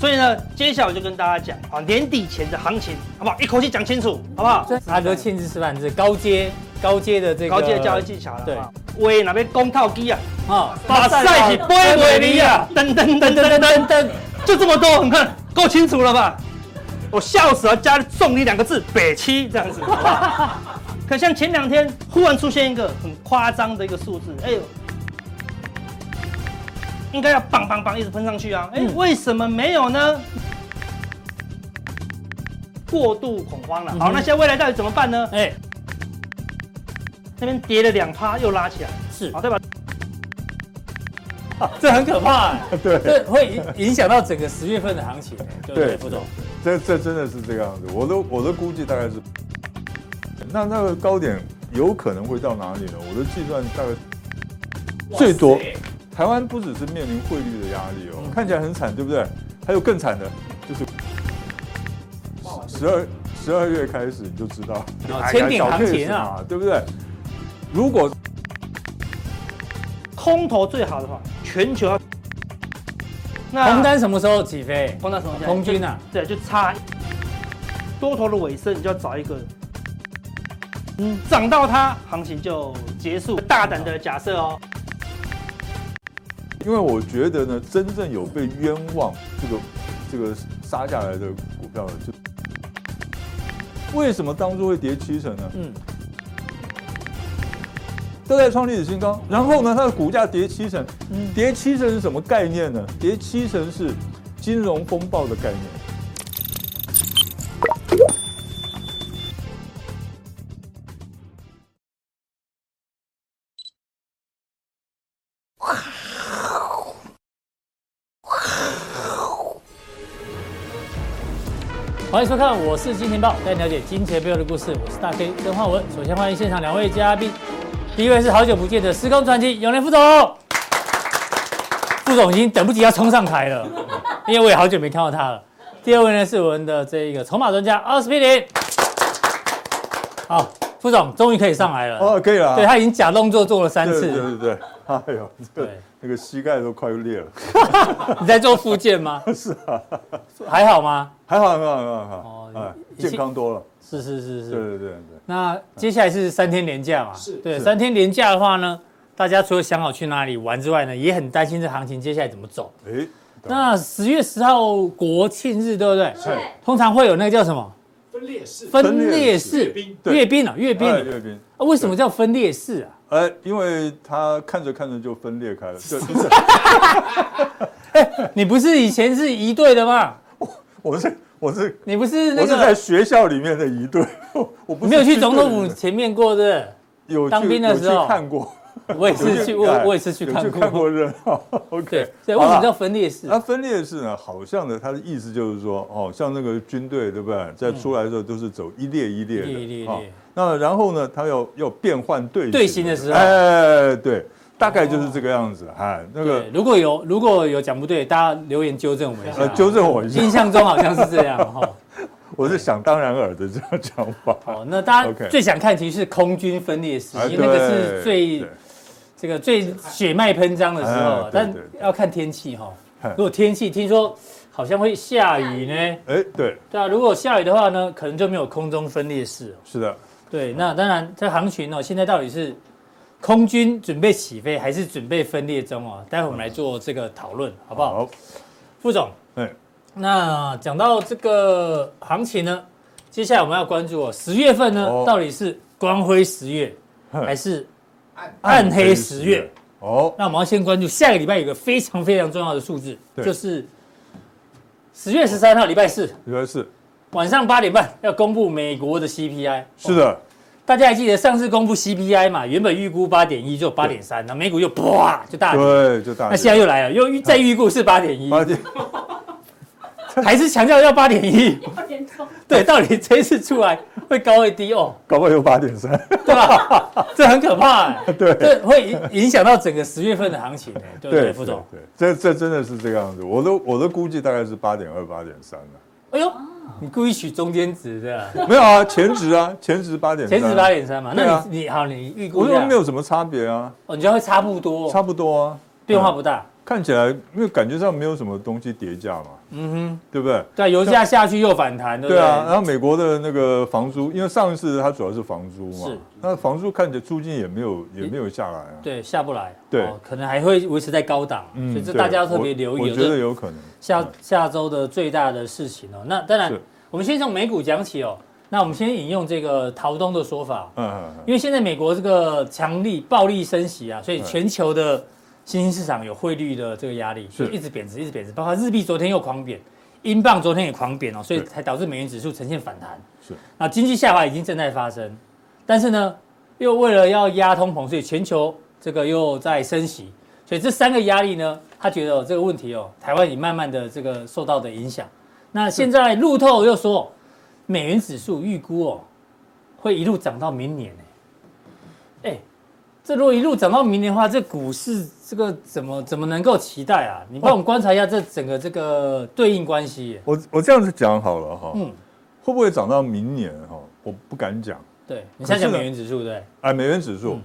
所以呢，接下来我就跟大家讲啊，年底前的行情，好不好？一口气讲清楚，好不好？阿哥亲自示范是高阶高阶的这个高阶的交易技巧了，对好不好喂，哪边公套机啊？啊，把赛是杯维尼啊，噔噔噔噔噔噔噔，就这么多，你看够清楚了吧？我笑死了，加送你两个字“北七”这样 子。好不好可像前两天忽然出现一个很夸张的一个数字，哎呦，应该要棒棒棒一直喷上去啊！哎、嗯为什么没有呢？过度恐慌了。嗯好，哼那现在未来到底怎么办呢？哎那边跌了两趴，又拉起来，是好，，对吧？这很可怕，啊 对，这会影影响到整个十月份的行情，对不对，对副总，这这真的是这个样子，我都我都估计大概是，那那个高点有可能会到哪里呢？我的计算大概最多，台湾不只是面临汇率的压力嗯哦，看起来很惨，对不对？还有更惨的，就是十二十二月开始你就知道哦，千点行情啊，对不对？如果空头最好的话，全球要那红单什么时候起飞？空单什么现在？空军啊，对，就差多头的尾声，你就要找一个，嗯，涨到它行情就结束。大胆的假设哦，因为我觉得呢，真正有被冤枉这个这个杀下来的股票，就为什么当初会跌七成呢？嗯，都在创历史新高，然后呢，它的股价跌七成嗯，跌七成是什么概念呢？跌七成是金融风暴的概念。欢迎收看，我是金钱豹，带你了解金钱背后的故事。我是大 K 曾焕文。首先欢迎现场两位嘉宾，第一位是好久不见的时空传奇永年副总，副总已经等不及要冲上台了，因为我也好久没看到他了。第二位呢是我们的这个筹码专家二十 P 零，好，副总终于可以上来了。哦，可以了啊，对他已经假动作做了三对对次，对对，哎呦，这个对那个膝盖都快裂了， 你在做复健吗？是啊，还好吗？还好，很好，很好，很好哦，哎，已经健康多了，是是是对是。对对对。那接下来是三天连假嘛？是，对，是三天连假的话呢，大家除了想好去哪里玩之外呢，也很担心这行情接下来怎么走。哎，那十月十号国庆日，对不对？是通常会有那个叫什么分裂式分裂阅式兵对阅兵啊，阅兵哎啊，阅兵，啊为什么叫分裂式啊？哎，因为他看着看着就分裂 开了，对，就是你不是以前是一队的吗？我是我是你不是我那是在个学校里面的一队， 我不你没是有去队总统府里面前面过的？有去当兵的时候有去看过，我也是去，我哎我也是去有看看过。过热 闹。对 OK，，所以为什好么啦叫分啊裂式？那分裂式呢？好像呢，它的意思就是说，哦，像那个军队对不对？在出来的时候都是走一列一列的，一列一列一哦列那然后呢，它要要变换队队形的时候哦哎，对，大概就是这个样子。哎，那个对，如果有如果有讲不对，大家留言纠正我们一呃，下。纠正我一下印，象中好像是这样 哈。我是想当然尔的这样讲法。哦，那大家 OK 最想看其实是空军分裂时哎期，因为那个对是最对这个最血脉喷张的时候哎，对但对对要看天气哈。哎如果天气听说好像会下雨呢，哎，对，对啊，如果下雨的话呢，可能就没有空中分裂式哦。是的，嗯对，那当然这航群哦，现在到底是空军准备起飞还是准备分裂中哦？待会我们来做这个讨论，好不好？好，副总，哎，那讲到这个行情呢，接下来我们要关注哦，十月份呢、哦到底是光辉十月哼还是暗黑十月？，哦，那我们要先关注下个礼拜有个非常非常重要的数字，对就是十月十三号礼拜四原来是晚上八点半要公布美国的 CPI。是的，大家还记得上次公布 CPI 嘛？原本预估八点一，就八点三，那美股又啪就大跌。对，就大哦那现在又来了，又预再预估是八点一，八点， 还是强调要八点一。有点重，对，到底这一次出来会高会低哦，搞不好有八点三，对 吧？这很可怕、哎对这会影影响到整个十月份的行情、哎对不对，副总？对，这这真的是这个样子，我都我都估计大概是八点二、八点三了。哎呦，你故意取中间值的，没有啊，前值啊，前值八点，前值八，点三嘛？对那啊你你好，你预估我一下又没有什么差别啊，哦，你觉得会差不多，差不多啊，变化不大。看起来因为感觉上没有什么东西叠价嘛，嗯对不对？哼，对，油价下去又反弹，对不对对？啊，然后美国的那个房租，因为上一次它主要是房租是嘛，那房租看起来租金也没有也没有下来啊。对，下不来，哦对嗯可能还会维持在高档，所以这对大家要特别留我意。啊哦我觉得有可能。下嗯下周的最大的事情哦。那当然是，我们先从美股讲起哦。那我们先引用这个陶东的说法，哦嗯嗯嗯因为现在美国这个强力暴力升息啊，所以嗯全球的新兴市场有汇率的这个压力，所以一直贬值，一直贬值，包括日币昨天又狂贬，英镑昨天也狂贬哦，所以对才导致美元指数呈现反弹。是，那经济下滑已经正在发生，但是呢，又为了要压通膨，所以全球这个又在升息，所以这三个压力呢，他觉得哦这个问题哦，台湾也慢慢的这个受到的影响。那现在路透又说，美元指数预估哦，会一路涨到明年哎、哎这如果一路涨到明年的话，这股市这个怎么怎么能够期待哦啊？你帮我们观察一下这整个这个对应关系耶。我我这样子讲好了哈，嗯，会不会涨到明年哈？我不敢讲。对，你现在讲可是呢美元指数对哎，美元指数，嗯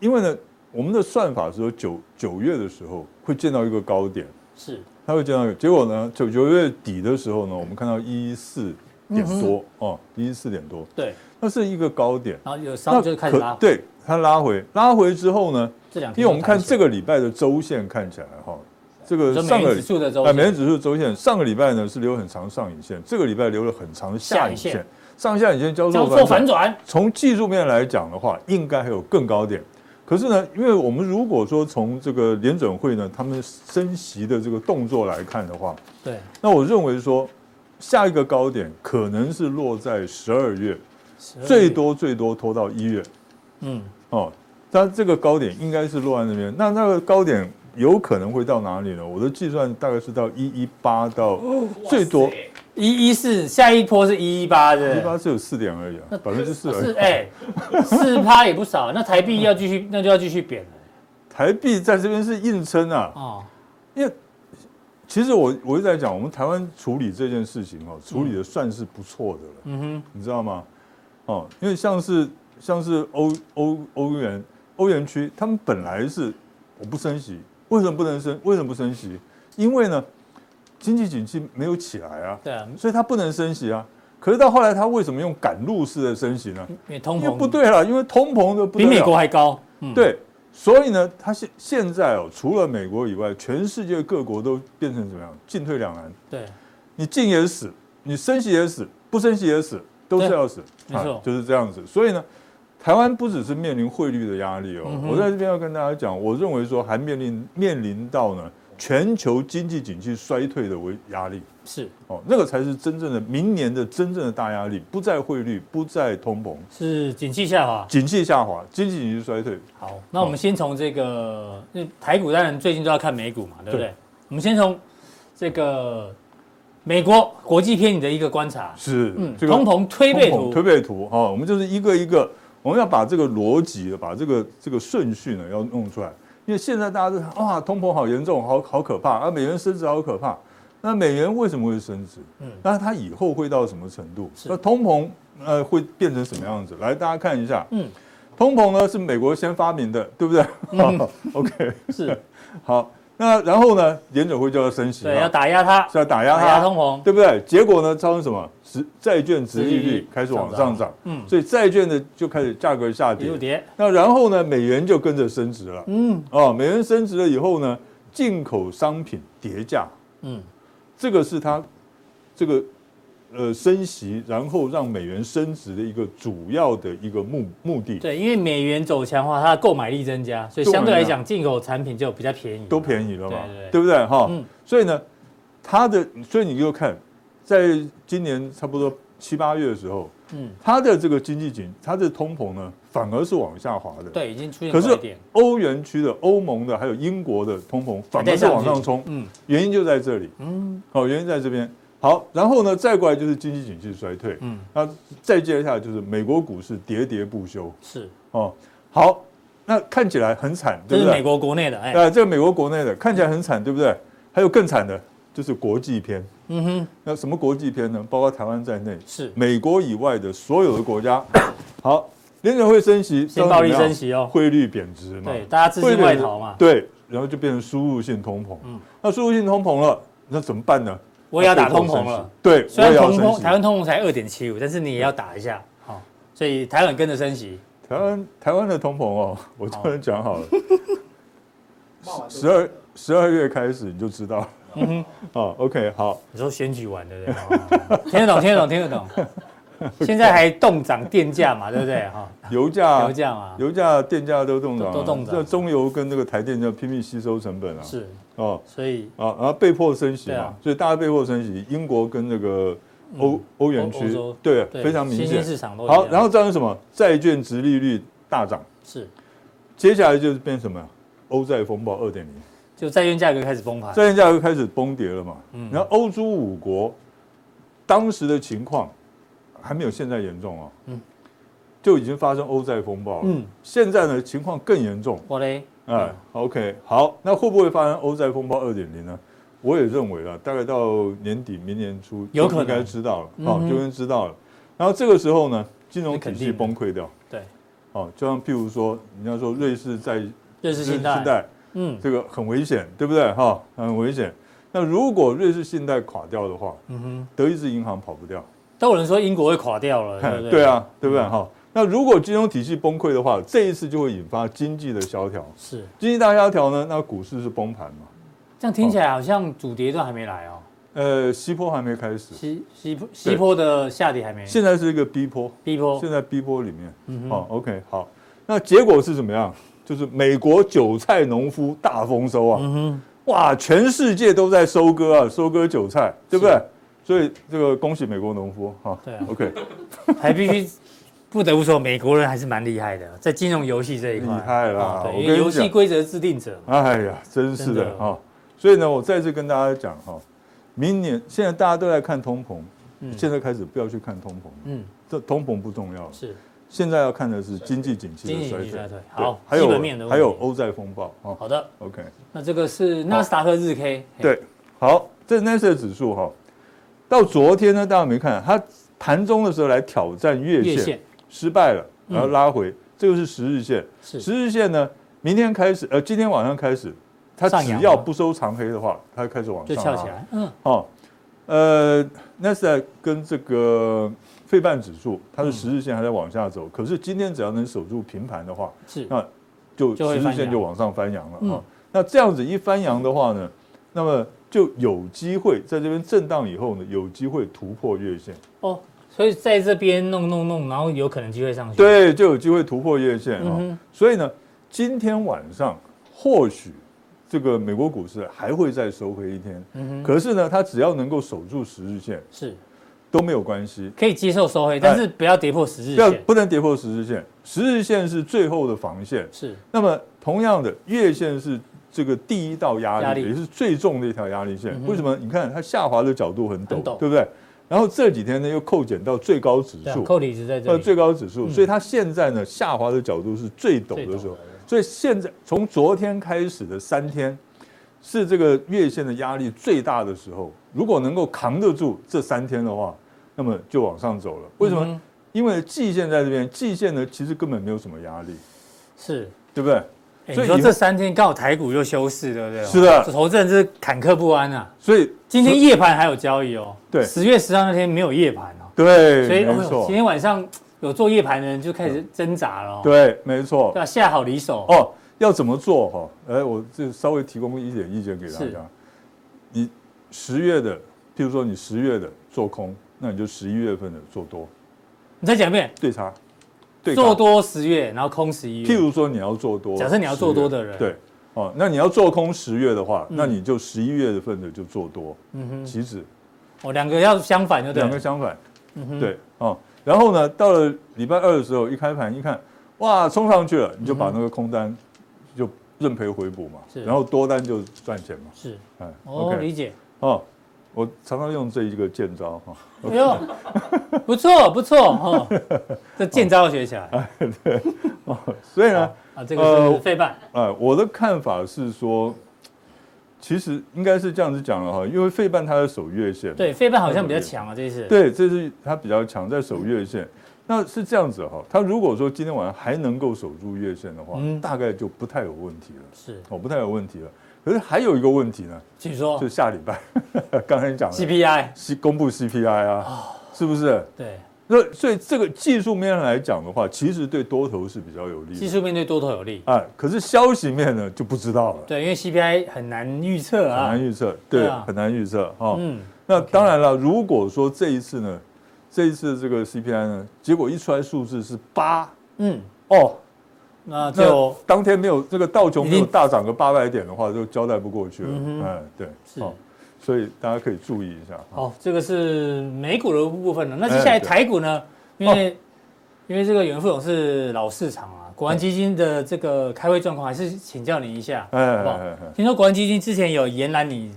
因为呢，我们的算法是说九九月的时候会见到一个高点，是，它会见到一个，结果呢，九九月底的时候呢，我们看到一四点嗯多哦，一四点多，对，那是一个高点，然后有稍那微就开始拉可回，对，它拉回，拉回之后呢，这两天因为我们看这个个礼拜的周线看起来哈，这个美上个元指数的周哎，线美元指数周线上个礼拜呢是留很长上影线，这个礼拜留了很长的下下影影线线，上下影线交交错错反反转。转，从技术面来讲的话，应该还有更高点。可是呢，因为我们如果说从这个联准会呢他们升息的这个动作来看的话，对，那我认为说下一个高点可能是落在十二月， 12最多最多拖到一月。嗯，哦，它这个高点应该是落在那边，那那个高点有可能会到哪里呢？我的计算大概是到一一八到最多一一一四下一波是一一八的，八只有四点而已啊，百分之四而是已。哎，四趴也不少，那台币要继续那就要继续贬了台币在这边是硬撑啊，哦，因为其实我我一直在讲，我们台湾处理这件事情哦，处理的算是不错的了，嗯你知道吗？哦，因为像是像是欧欧欧元欧元区，他们本来是我不升息，为什么不能升？为什么不升息？因为呢，经济景气没有起来啊哼，，对啊，所以它不能升息啊。可是到后来，它为什么用赶路式的升息呢？因为通因为膨不对啊了，因为通膨的不比得美了国还高，嗯，对，所以呢，它现现在哦，除了美国以外，全世界各国都变成怎么样？进退两难，对，你进也死，你升息也死，不升息也死，都是对要死，啊没错就是这样子。所以呢，台湾不只是面临汇率的压力哦，嗯哼我在这边要跟大家讲，我认为说还面临面临到呢全球经济景气衰退的危压力。是哦，那个才是真正的明年的真正的大压力，不在汇率，不在通膨，是景气下滑。景气下滑，经济景气衰退，好，那我们先从这个，因为台股当然最近都要看美股嘛，对不对？对我们先从这个美国国际偏离的一个观察，是嗯，这个通膨推背通膨图推，背图哈、哦，我们就是一个一个，我们要把这个逻辑，把这个这个顺序呢要弄出来，因为现在大家都看哇，通膨好严重，好好可怕啊，美元升值好可怕。那美元为什么会升值？嗯嗯，那它以后会到什么程度？是那通膨呃会变成什么样子？来，大家看一下，嗯，通膨呢是美国先发明的，对不对、o k 是 好，那然后呢，联准会就要升息了，对，要打压它，是要打压打它，压通膨，对不对？结果呢，造成什么？实债券值利殖利率率开始往嗯上上涨涨，嗯所以债券的就开始价格下一跌路。跌，那然后呢，美元就跟着升值了。嗯哦，美元升值了以后呢，进口商品跌价，嗯，这个是它这个呃升息，然后让美元升值的一个主要的一个目目的，对，因为美元走强化，它的购买力增加，所以相对来讲，进口产品就比较便宜，啊都便宜了嘛，对对对不对？哈、嗯所以呢，它的所以你就看，在今年差不多七八月的时候，嗯，它的这个经济景，它的通膨呢，反而是往下滑的。，对，已经出现可是拐点，欧元区的、欧盟的还有英国的通膨还反在而是往去上冲，嗯原因就在这里。嗯好，原因在这边。好，然后呢，再过来就是经济景气衰退。嗯，那再接下来就是美国股市喋喋不休。是，哦，好，那看起来很惨，这对是不美对？国国内的，哎，呃，这个美国国内的看起来很惨，对不对？还有更惨的，就是国际篇。嗯哼，那什么国际篇呢？包括台湾在内，是美国以外的所有的国家。 好，联准会升息，先暴力造成怎么样升息哦汇率贬值嘛，对，大家资汇金率外逃嘛，对，然后就变成输入性通膨。嗯那输入性通膨了，那怎么办呢？我也要打那最通后膨升息了。，对，虽我也然要通升膨息。台湾通膨才二点七五，但是你也要打一下，好、所以台湾跟着升息，台湾台湾的通膨哦，我突然讲好了，十二二十二月开始你就知道了。嗯 哦，OK，好，你说选举完对不对？哦听得懂，听得懂，听得懂。现在还动涨电价嘛，对不对？哈、油价、油价嘛，油价、电价都动涨啊，都都动涨这中油跟那个台电要拼命吸收成本啊。是，哦所以啊，然后被迫升息对嘛啊，嗯所以大家被迫升息。英国跟那个欧欧元欧欧区洲，对，对非常明新兴显。市场都一好，样然后造成什么？债券值利率大涨，是接下来就是变什么？欧债风暴二点零，就债券价格开始崩盘，债券价格开始崩跌了嘛。嗯然后欧洲五国当时的情况还没有现在严重啊，嗯就已经发生欧债风暴了。嗯现在呢情况更严重。我嘞，哎、o k 好，那会不会发生欧债风暴二点零呢？我也认为了，大概到年底、明年初有可能就应该知道了，嗯好、哼就应该知道了。然后这个时候呢，金融那肯体定系的崩溃掉，对，哦，就像譬如说，人家说瑞士债、瑞士信贷，嗯这个很危险，对不对？哈、很危险。那如果瑞士信贷垮掉的话，嗯哼，德意志银行跑不掉，都有人说英国会垮掉了， 对不对？嗯对啊，对不对？哈、那如果金融体系崩溃的话，这一次就会引发经济的萧条，是经济大萧条呢，那股市是崩盘嘛。这样听起哦来好像主跌都还没来哦，呃，西坡还没开始，西西坡西坡的下跌还没，现在是一个逼坡，逼坡现在逼坡里面，哦嗯哦，OK，好，那结果是怎么样？就是美国韭菜农夫大丰收啊，嗯哇，全世界都在收割啊，收割韭菜，对不对？所以这个恭喜美国农夫哈，对啊 o k 哼，还必须不得不说，美国人还是蛮厉害的，在金融游戏这一块厉害啦啊对我跟你因为游戏讲规则制定者嘛，哎呀，真是真的的哦哈、所以呢，我再次跟大家讲哈、明年现在大家都在看通膨，嗯现在开始不要去看通膨，嗯这通膨不重要了，是现在要看的是经济景气经济的衰经济退衰。退，对好，还基本有面的问题还有欧债风暴啊、哦。好的， OK，那这个是纳斯达克日 K，嘿，对，好，这是 n a s a 指数哈、到昨天呢，大家没看，它盘中的时候来挑战月月线，线失败了，然后嗯拉回，这个是十日线，是十日线呢，明天开始，呃，今天晚上开始，它上只扬要吗不收长黑的话，它开始往就上翘拉起来，嗯，哦，呃 n a s a 跟这个费半指数，它的嗯十日线还在往下走，可是今天只要能守住平盘的话，是那就就会十日翻线扬就往上翻扬了啊、嗯那这样子一翻扬的话呢，那么就有机会在这边震荡以后呢，有机会突破月线，哦，所以在这边弄弄弄，然后有可能机会上去，，对，就有机会突破月线啊、嗯哼所以呢，今天晚上或许这个美国股市还会再收回一天，嗯哼，可是呢，它只要能够守住十日线是都没有关系。可以接受收黑，但是不要跌破十日哎不要线，不能跌破十日线，十日线是最后的防线。是那么同样的，月线是这个第一道压力，压力也是最重的一条压力线。嗯哼为什么？你看它下滑的角度很陡，很陡对不对？然后这几天呢又扣减到最高指对啊数，扣底值在这呃，里，最高指数，嗯所以它现在呢下滑的角度是最陡的时最陡候的。所以现在从昨天开始的三天，是这个月线的压力最大的时候。如果能够扛得住这三天的话，那么就往上走了。为什么？嗯哼因为季线在这边，季线呢其实根本没有什么压力，是。对不对？哎所你说以以后这三天刚好台股又休市，对不对？是的这投资人是坎坷不安啊。所以今天夜盘还有交易哦。对十月十号那天没有夜盘哦，对，所以没哎呦错今，天晚上有做夜盘的人就开始挣扎了。，哦对，没错对。啊，下好离手。哦，要怎么做哈？哎，我这稍微提供一点意见给大是家。你十月的，譬如说你十月的做空，那你就十一月份的做多，你再讲一遍，对差，对做高。多十月，然后空十一月。譬如说你要做多，假设你要做多的人10月对，哦，那你要做空十月的话，那你就十一月份的就做多，嗯哼，岂止哦，两个要相反就对两了个。相反，嗯哼，对哦。然后呢，到了礼拜二的时候，一开盘一看，哇，冲上去了，你就把那个空单就认赔回补嘛，嗯是然后多单就赚钱嘛。是。哎哦，理，OK，解。哦，我常常用这一个剑招 哈，哎呦，不错不错 哦，这剑招要学起来。所以呢啊，， 啊这个呃是费半。呃，我的看法是说，其实应该是这样子讲了哈，因为费半它在守月线，对，费半好像比较强啊，这一次。对，这是它比较强在守月线，那是这样子哈、他如果说今天晚上还能够守住月线的话，嗯大概就不太有问题了，是，哦，不太有问题了。可是还有一个问题呢，请说就下礼拜，刚才你讲的 CPI，西公布 CPI 啊，哦是不是？对，那所以这个技术面上来讲的话，其实对多头是比较有利技的。术面对多头有利，哎，可是消息面呢就不知道了，对，因为 CPI 很难预测很啊难，预测，对对啊，很难预测哈。嗯，那当然了，如果说这一次呢，这一次这个 CPI 呢，结果一出来数字是八嗯，哦，那那就当天没有这个道琼已没经有大涨个八百点的话，就交代不过去了。嗯哼嗯，对，是哦，所以大家可以注意一下。好，这个是美股的部分了。那接哎下来对哦台股呢？因为因为这个袁副总是老市场哎啊，国安基金的这个开会状况，还是请教你一下。哎哎好不好哎哎，听说国安基金之前有延揽你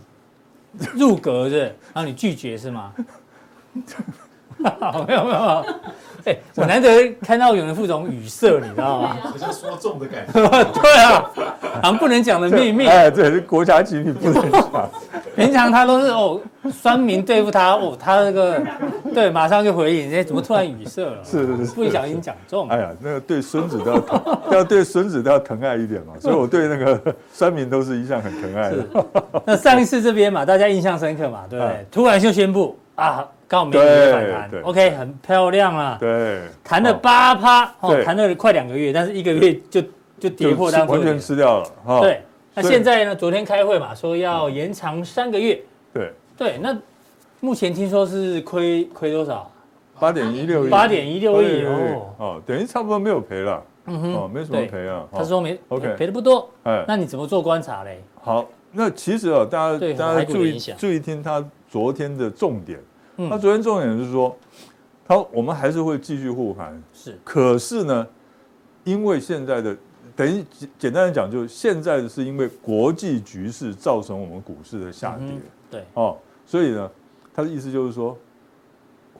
入阁是不是，然后你拒绝是 吗？没有没有，没有哎，我难得看到有人副总语塞，你知道吗？ 好像说中的感觉。对啊，好像不能讲的秘密。哎，这也是国家机密，不能讲。 平常他都是哦，酸民对付他哦，他这 个对马上就回应，这怎么突然语塞了？是是是不小心讲中。哎呀，那个对孙子都要疼， 要对孙子都要疼爱一点 嘛。所以我对那个酸民都是一向很疼爱的是。那上一次这边嘛，大家印象深刻嘛，对不对嗯？突然就宣布啊，告美股对反弹对，OK，很漂亮啊， 对，弹了哦八趴，哦，对弹了快两个月，但是一个月就就跌破就当吃初完的全点吃掉了哈。对。那所以现在呢？昨天开会嘛，说要延长三个月。对，对，那目前听说是亏亏多少？八点一哎六亿，八点一六亿8.16哦。哦，等于差不多没有赔了，嗯哦，没什么对赔啊。他哦说没 OK 赔的不多，哎，那你怎么做观察嘞？好，那其实啊，大对家大家台股的注意影响注意听他昨天的重点，嗯他昨天重点是说，他我们还是会继续护盘，是可是呢，因为现在的等于简简单的讲，就是现在是因为国际局势造成我们股市的下跌、嗯哼对，哦，所以呢，他的意思就是说，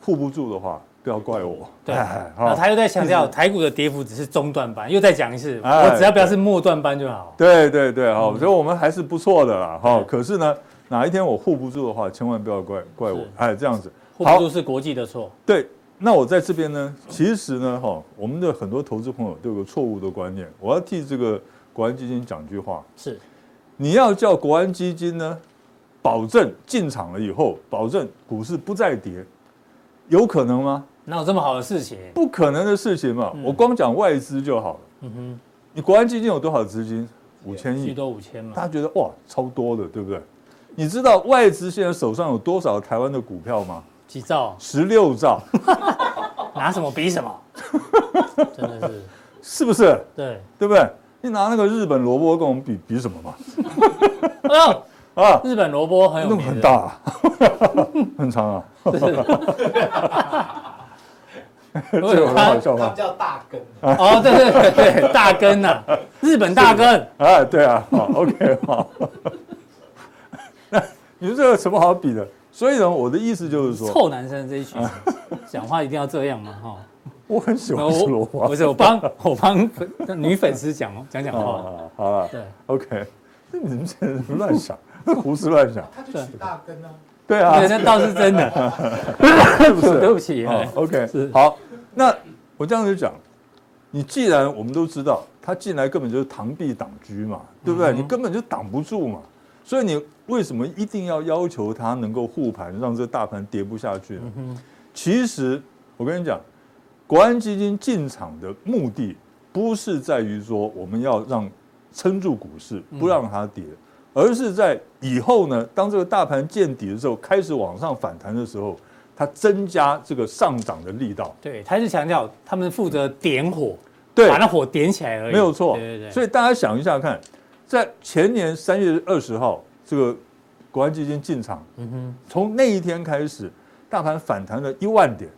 护不住的话，不要怪我，对哎那好他又在强调就是台股的跌幅只是中段班，又再讲一次，哎我只要不要是末段班就好。对对对，嗯哈、所以我们还是不错的啦，哈、可是呢，哪一天我护不住的话，千万不要怪怪我是，哎，这样子。护不住是国际的错，对，那我在这边呢，其实呢，哈、我们的很多投资朋友都有个错误的观念，我要替这个国安基金讲句话，是你要叫国安基金呢，保证进场了以后，保证股市不再跌，有可能吗？哪有这么好的事情？不可能的事情嘛，我光讲外资就好了。嗯你国安基金有多少资金？五千哼，亿最，多五千嘛大，家觉得哇，超多的，对不对？你知道外资现在手上有多少台湾的股票吗？几兆，十六兆，哦拿什么比什 么，真的是是不是？对。对不对？你拿那个日本萝卜跟我们比比什么嘛？哎呦，啊，日本萝卜很那有么名，哦很大、啊， 很长啊，是，这我有很好笑他吗们？叫大根，啊哦，对对对对，大根 呐，日本大根，啊，对啊，好，OK，好。那你说这有什么好比的？所以呢，我的意思就是说，臭男生这一 群，讲话一定要这样嘛，哈。我很喜欢吃萝我卜我啊。不是我帮我帮粉女粉丝讲哦，讲讲话，啊，好了对， ，OK。那你们这人乱想，胡思乱想。他就取大根啊。对啊， 对，那倒是真 的，是不是？对不起，哦哎 OK，是好，那我这样子讲，你既然我们都知道他进来根本就是螳臂挡车嘛，对不嗯对？你根本就挡不住嘛，所以你为什么一定要要求他能够护盘，让这大盘跌不下去呢？嗯其实我跟你讲，国安基金进场的目的不是在于说我们要让撑住股市，嗯不让它跌。而是在以后呢，当这个大盘见底的时候，开始往上反弹的时候，它增加这个上涨的力道。对，他是强调他们负责点火，对，把那火点起来而已，没有错。对对所对，以大家想一下看，在前年三月二十号，这个国安基金进场，嗯哼，从那一天开始，大盘反弹了一万点，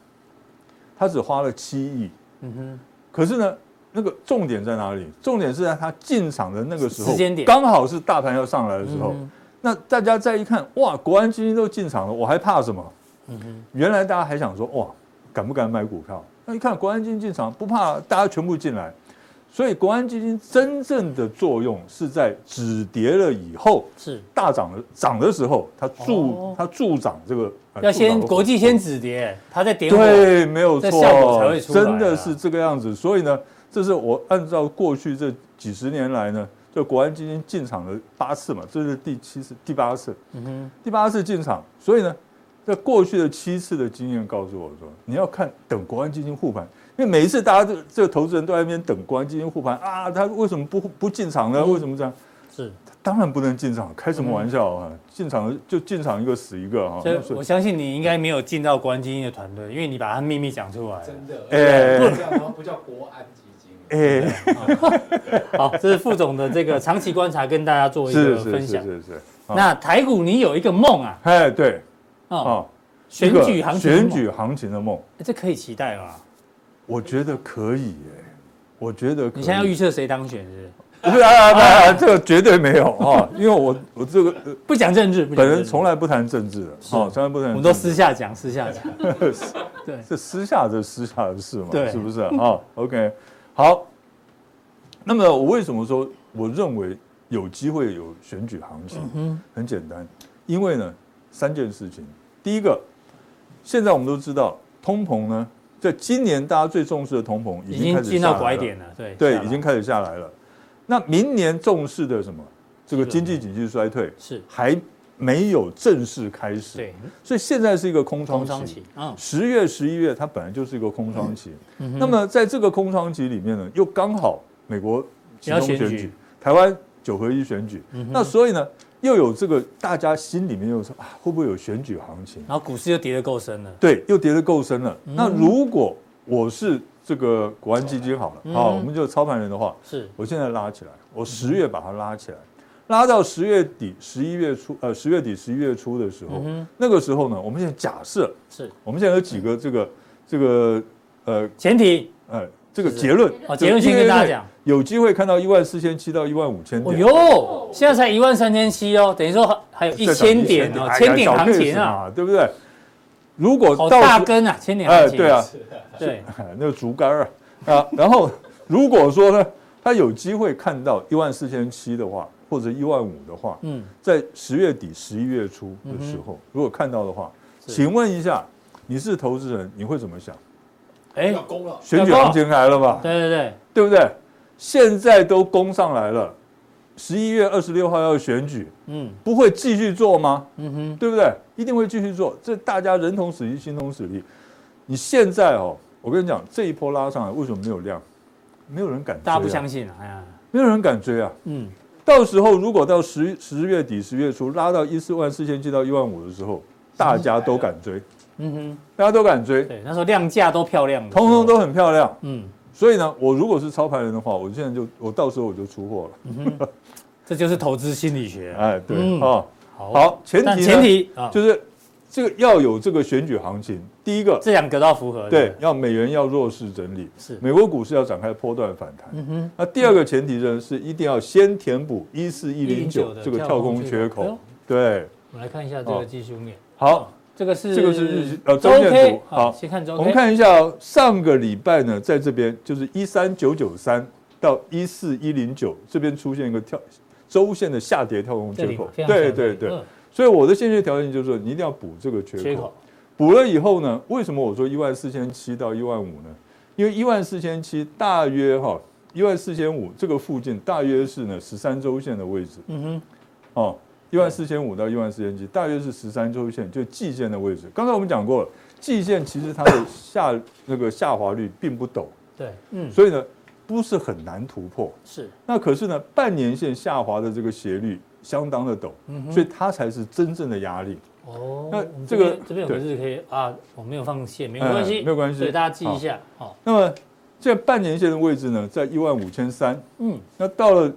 它只花了七亿。嗯哼，可是呢，那个重点在哪里？重点是在它进场的那个时候，时间点刚好是大盘要上来的时候。嗯那大家再一看，哇，国安基金都进场了，我还怕什么？嗯原来大家还想说，哇，敢不敢买股票？那一看国安基金进场，不怕，大家全部进来。所以国安基金真正的作用是在止跌了以后，是大涨了涨的时候，它助、哦它助长这个呃要助先长国际先止跌，它在点火。对，没有这错，效果才会出来啊真的是这个样子。所以呢，这是我按照过去这几十年来呢，就国安基金进场的八次嘛，这是第七次、第八次、嗯哼，第八次进场。所以呢，在过去的七次的经验告诉我说，你要看等国安基金护盘，因为每一次大家这这个投资人都在那边等国安基金护盘啊，他为什么不不进场呢？嗯为什么这样？是，当然不能进场，开什么玩笑啊！进场就进场一个死一个哈、啊所以哦那所嗯以我相信你应该没有进到国安基金的团队，因为你把它秘密讲出来了。真的，哎哎，不然后不叫国安基金，哎，好，这是副总的这个长期观察，跟大家做一是个是分是享。是是，啊那台股你有一个梦啊，哎对。哦，啊，选一个举行情的梦选举行情的梦，诶这可以期待吗？我觉得可以耶，我觉得可以你现在要预测谁当选是不是？不是啊啊啊，这个绝对没有啊，因为我我这个呃不讲政治，不讲本政人治从来不谈政治的，哦，从来 不谈政治，我们都私下讲，私下 讲。对，这私下的私下的事嘛，对是不是啊、OK，好。那么我为什么说我认为有机会有选举行情？嗯很简单，因为呢三件事情。第一个，现在我们都知道通膨呢，在今年大家最重视的通膨已已经开经始进下来到了拐点了，对对下，来已经开始下来了。那明年重视的什么？这个是经济景气衰退是还没有正式开始，对所以现在是一个空空窗窗期期。，嗯，十月、十一月，它本来就是一个空窗期。那么在这个空窗期里面呢，又刚好美国其中要选选举举，嗯台湾九合一选举，那所以呢，又有这个大家心里面又说啊，会不会有选举行情？然后股市又跌得够深了，对，又跌得够深了。那如果我是这个国安基金好了，好，我们就操盘人的话，是我现在拉起来，我十月把它拉起来，拉到十月底、十一月初，呃，十月底、十一月初的时候，那个时候呢，我们现在假设。是我们现在有几个这个这个呃前提呃这个是结论哦，结论先跟大家讲，有机会看到一万四千七到一万五千哦点，哟，现在才一万三千七哦，等于说还还有一再涨千点哦，哎呀千点小行情 case 啊，嘛，对不对？如果好到大时根啊，千点行情，哎对啊 是的，对，那个竹竿儿啊啊，然后如果说呢，他有机会看到一万四千七的话，或者一万五的话，嗯，在十月底、十一月初的时候，如果看到的话，是请问一下，你是投资人，你会怎么想？哎要，攻了，选举要不行情来了吧？对对对，对不对？现在都攻上来了，十一月二十六号要选举，嗯不会继续做吗？嗯哼，对不对？一定会继续做，这大家人同此心，心同此力。你现在哦，我跟你讲，这一波拉上来为什么没有量？没有人敢追、啊，大家不相信啊，哎呀，没有人敢追啊！嗯，到时候如果到十十月底、十月初拉到一四万四千七到一万五的时候，大家都敢追，嗯哼，大家都敢追，对，那时候量价都漂亮的，通通都，很漂亮。嗯，所以呢，我如果是操盘人的话，我现在就我到时候我就出货了。这就是投资心理学。哎，对嗯哦。好，好，前提但呢前提啊，就是这个要有这个选举行情。第一个，这两个都要符合，对，，要美元要弱势整理，是美国股市要展开波段反弹。嗯哼，那第二个前提呢是一定要先填补一四一109零九的这个跳空缺哎呦口。对，我们来看一下这个哦技术面，好，这个是这个是日呃周线图 K，好先看周 K，我们看一下哦上个礼拜呢，在这边就是一三九九三到一四一零九这边出现一个跳周线的下跌跳空这缺里嘛口。非常小的对这对里对，嗯所以我的先决条件就是说，你一定要补这个缺口，补了以后呢，为什么我说一万四千七到一万五呢？因为一万四千七大约哈一万四千五这个附近大约是呢十三周线的位置嗯哼，哦，一万四千五到一万四千七大约是十三周线，就季线的位置。刚才我们讲过了，季线其实它的下那个下滑率并不陡，对，嗯，所以呢不是很难突破。是那可是呢半年线下滑的这个斜率相当的陡，所以它才是真正的压力。哦。那我们这个边这边有个对日 K 啊，我没有放线，没有关系，哎没有关系所以大家记一下，好，那么现在半年线的位置呢，在一万五千三。嗯，那到了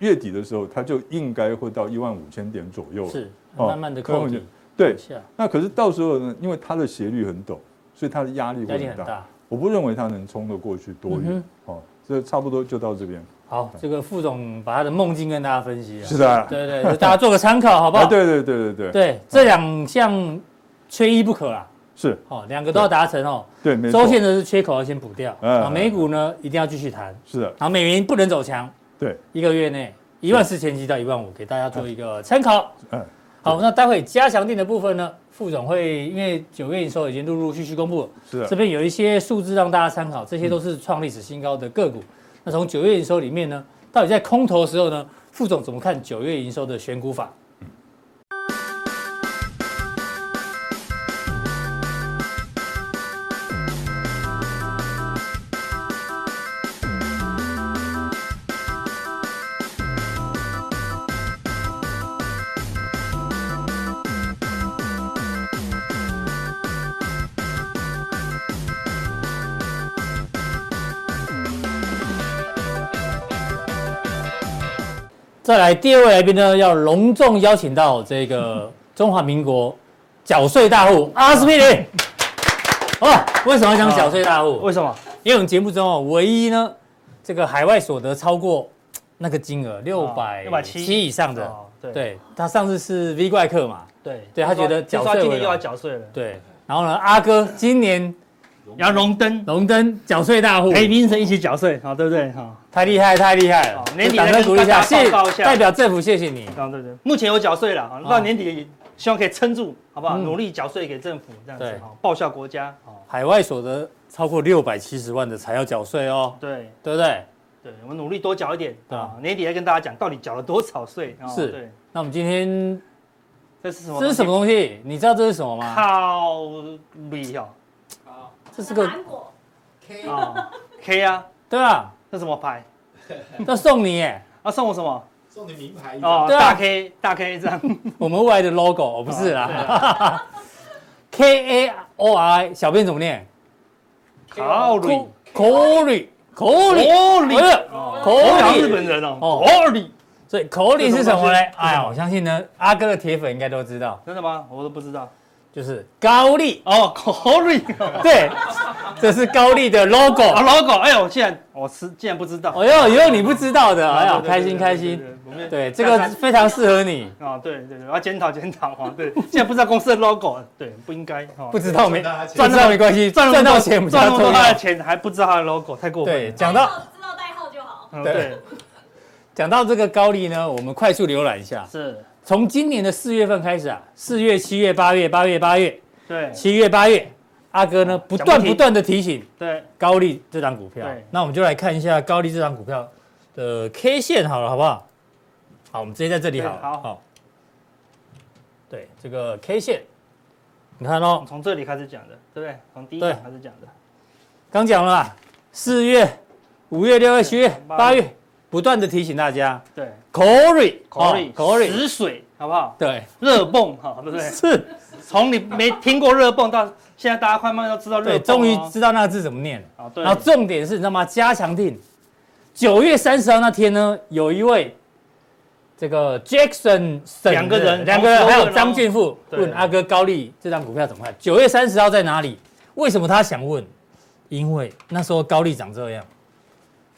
月底的时候，它就应该会到一万五千点左右。是哦慢慢的扣底对一。下，那可是到时候呢，因为它的斜率很陡，所以它的压力压会力很很大。大。我不认为它能冲得过去多远。嗯哦，这差不多就到这边。好，这个副总把他的梦境跟大家分析了，是的对啊对，对大家做个参考，好不好？啊，对对对对对。对，这两项缺一不可啊，是哦，两个都要达成哦。对，没错周，线呢是缺口要先补掉，嗯啊，美股呢一定要继续弹，是的，然后美元不能走强，对，一个月内一万四千七到一万五，给大家做一个参考。嗯，好，那待会加强定的部分呢，副总会因为九月营收已经陆陆续续公布了，是的这，边有一些数字让大家参考，这些都是创历史新高的个股。那从九月营收里面呢，到底在空头的时候呢，副总怎么看九月营收的选股法？再来第二位来宾呢，要隆重邀请到这个中华民国缴税大户阿斯匹林。哇，为什么要讲缴税大户？啊为什么？因为我们节目中哦，唯一呢，这个海外所得超过那个金啊额六百670七以上的，哦对对他上次是 V 怪客嘛，对对他觉得听缴说他税今为年又要荣，缴税了，对，然后呢，阿哥今年然后荣登荣登缴税大户，陪民生一起缴税，好，对不哦对？好，太厉害太厉害了好，哦年底掌再声跟鼓励一下，大家谢报告一下代表政府谢谢你，好，对对。目前有缴税了，好，到年底希望可以撑住，好不好？哦嗯努力缴税给政府，这样子对好，报效国家。哦好，海外所得超过六百七十万的才要缴税哦，对对不对？对，我们努力多缴一点对啊啊，年底再跟大家讲到底缴了多少税啊？是对，那我们今天这是什么？这是什么？东西？你知道这是什么吗？靠米哦，这是个韩国 啊 K 啊，对啊，这什么牌？要送 你耶！啊，送我什么？送你名牌一哦，张，对啊大 K 大 K 这样，我们未来的 logo 哦，不是啊啦。K A O R，小编怎么念考里， ？Kori Kori 不是哦哦我讲日 Kori 本人哦，哦 Kori，所以 Kori 是什么呢？哎呀，我相信呢，阿哥的铁粉应该都知道，真的吗？我都不知道。就是高丽。哦，Cory 对，这是高丽的 logo。 啊，logo，哎呦，竟然我是竟然不知道。哎呦，也有你不知道的，哎呀，啊对开心开，对心。对对对对对我们对，这个非常适合你，啊，对对对，我要检讨检讨啊，对，现在不知道公司的 logo，对，不应该哦不知道没赚到钱赚到没关系，赚赚那么到多钱比赚那较么重多他要的。钱，还不知道他的 logo，太过分了。对，讲到知道代号就好。嗯，对对，讲到这个高丽呢，我们快速浏览一下，是，从今年的四月份开始啊，四月、七月、八月、八月、八月、对七月、八月，阿哥呢不断讲不停不断的提醒对，高丽这张股票对。那我们就来看一下高丽这张股票的 K 线好了，好不好？好，我们直接在这里好了。对好对，这个 K 线，你看哦，从这里开始讲的，对不对？从第一对点开始讲的，刚讲了啦，四月、五月、六月、七月、八八月月，不断的提醒大家对 c o r y c ，Cory c o r y 止水，好不好？对，热泵，哈，对不 对？是，从你没听过热泵到现在，大家快慢慢都知道热对，泵哦，终于知道那个字怎么念了。啊，对然，后重点是，你知道吗？加强定，九月三十号那天呢，有一位这个 Jackson 省的两个人两个人同时还有问哦张俊富对问阿哥高丽这张股票怎么看？九月三十号在哪里？为什么他想问？因为那时候高丽长这样，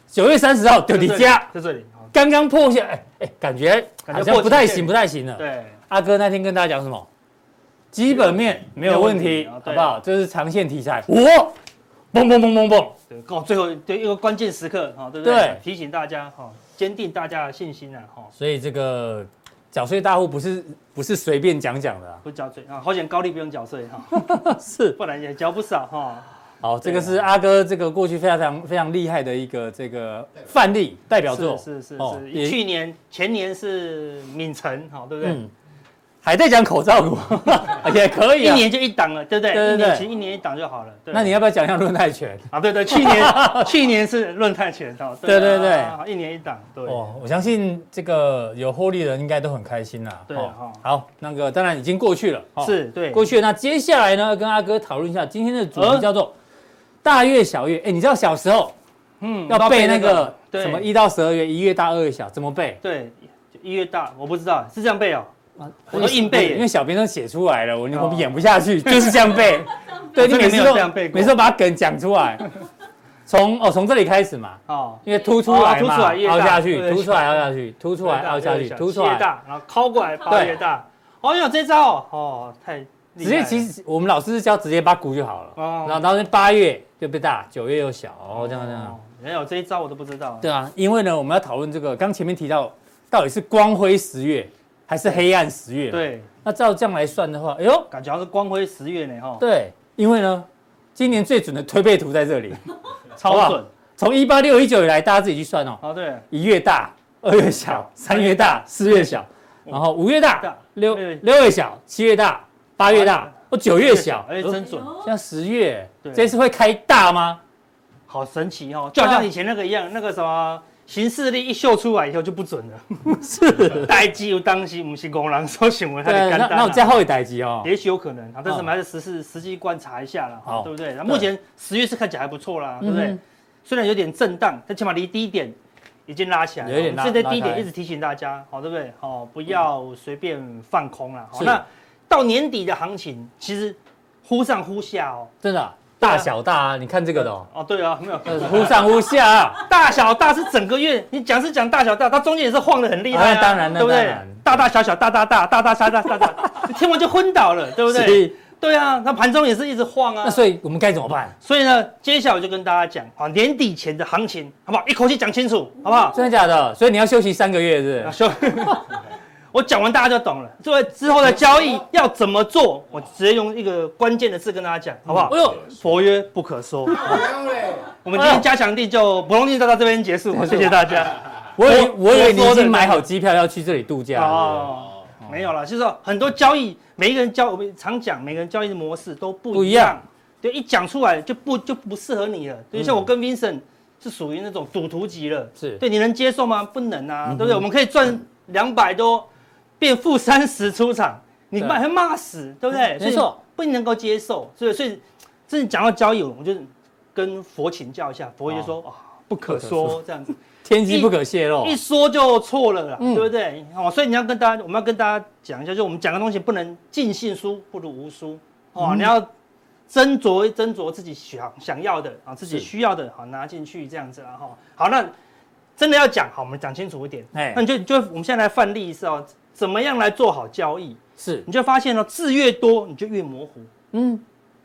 九月三十号就就离这里家，在这里，好刚刚破线，哎哎，感觉感觉好像破不太颈线行，不太行了。对，阿哥那天跟大家讲什么？基本面没没有有问问题题，啊好对哦不好？这是长线题材。我蹦蹦蹦蹦蹦，对，刚好最后对一个关键时刻，哈，对不对对？提醒大家，哈，坚定大家的信心啊，哈，所以这个缴税大户不是不是随便讲讲的、啊，不缴税啊，好险高利不用缴税哈， 是。不然也缴不少哈。好，啊这个是阿哥这个过去非常非常非常厉害的一个这个范例代表作，是是哦是也嗯是，去年前年是敏城，哈，对不对？，还在讲口罩股 也可以、一啊。年就一档了，对不对？对对一年对其实一年一档就好了。对那你要不要讲一下论泰拳？啊，对对，去年 去年是论泰拳哦，对对对啊一年一档，对，哦，我相信这个有获利的人应该都很开心啦、对哦哈好，那个当然已经过去了，哦是对过去了。那接下来呢，跟阿哥讨论一下今天的主题呃叫做“大月小月”。哎，你知道小时候嗯要背那个对什么一到十二月，一月大，二月小，怎么背？对就一月大，我不知道是这样背哦，啊我都硬背因为耶，小编都写出来了，我哦我演不 下去，就是这样背。对，我你真的每次没有都这样背过每次都把梗讲出来。从哦，从这里开始嘛，哦，因为凸出来嘛，哦凸出来越大凹下去，对凸出来凹下去，凸出来凹下去，凸出七月来。大，然后敲过来八对月大，哦，有这招哦，哦，太厉直接害其实我们老师是教直接八股就好了，哦然后然后八月就变大，九月又小，哦这样这样哦。，原来有这一招我都不知道。对啊，因为呢我们要讨论这个，刚前面提到到底是光辉十月还是黑暗十月？，对，那照这样来算的话，哎呦，感觉好像是光辉十月呢，哦哈，对，因为呢今年最准的推背图在这里， 超准。从一八六一九以来，大家自己去算哦，哦，对，一月大，二 月小，三月大，四月小，然后五月大大，六六哦月六月小，七月大，八月八大月，哦九月小，哎，呃真准，哦像十月，对这次会开大吗？好神奇哦，就好像以前那个一样，那个什么行事历一秀出来以后就不准了。 是，待机有当心，不是公狼说新闻，他的那干那我单再啊。后一代集哦。也许有可能啊，但是我嗯们还是实事实际观察一下啦，好对不对？那对目前十月是看起来还不错啦，对不嗯对哼？虽然有点震荡，但起码离低点已经拉起来了。有一点拉我们是在低拉开点一直提醒大家，好，对不对？好，不要随便放空啦。好，是那到年底的行情其实忽上忽下哦。真的啊大小大啊，你看这个的哦，哦，对啊，没有。呃忽上忽下啊，大小大是整个月，你讲是讲大小大，它中间也是晃的很厉害、啊啊那当然那对不当对然？大大小小，大大大，大大小小，大大大，你听完就昏倒了， 对不所对？以对啊，那盘中也是一直晃啊那。所以我们该怎么办？所以呢，接下来我就跟大家讲，好，年底前的行情，好不好？一口气讲清楚，好不好？真的假的？所以你要休息三个月是啊不是？兄，我讲完大家就懂了。所以之后的交易要怎么做，我直接用一个关键的字跟大家讲，好不好哎？呦，佛曰不可说。不嘞，我们今天加强地就不用地就到这边结束，谢谢大家。我以为我以为你我已说的经买好机票要去这里度假了，哦，没有啦，就是说很多交易，每一个人交，我们常讲每个人交易的模式都不不一一样样，对，一讲出来就不就不适合你了。对，像我跟 Vincent 是属于那种赌徒级了，是对，你能接受吗？不能啊，对不对？我们可以赚两百多，变负三十出场，你对把他骂死，对不对？没错，不能够接受，所以所以，真的讲到交易，我就跟佛请教一下，佛爷说啊、不可说这样子。天机不可泄露一。说就错了啦，哦嗯对不对？哦，所以你要跟大家，我们要跟大家讲一下，就是我们讲的东西不能尽信书不如无书哦，嗯你要斟酌斟酌自己想想要的啊，自己是需要的啊，拿进去这样子啦哈、好，那真的要讲好，我们讲清楚一点。哎那，你就就我们现在来范例一下哦，怎么样来做好交易？是，你就发现哦，字越多你就越模糊，嗯，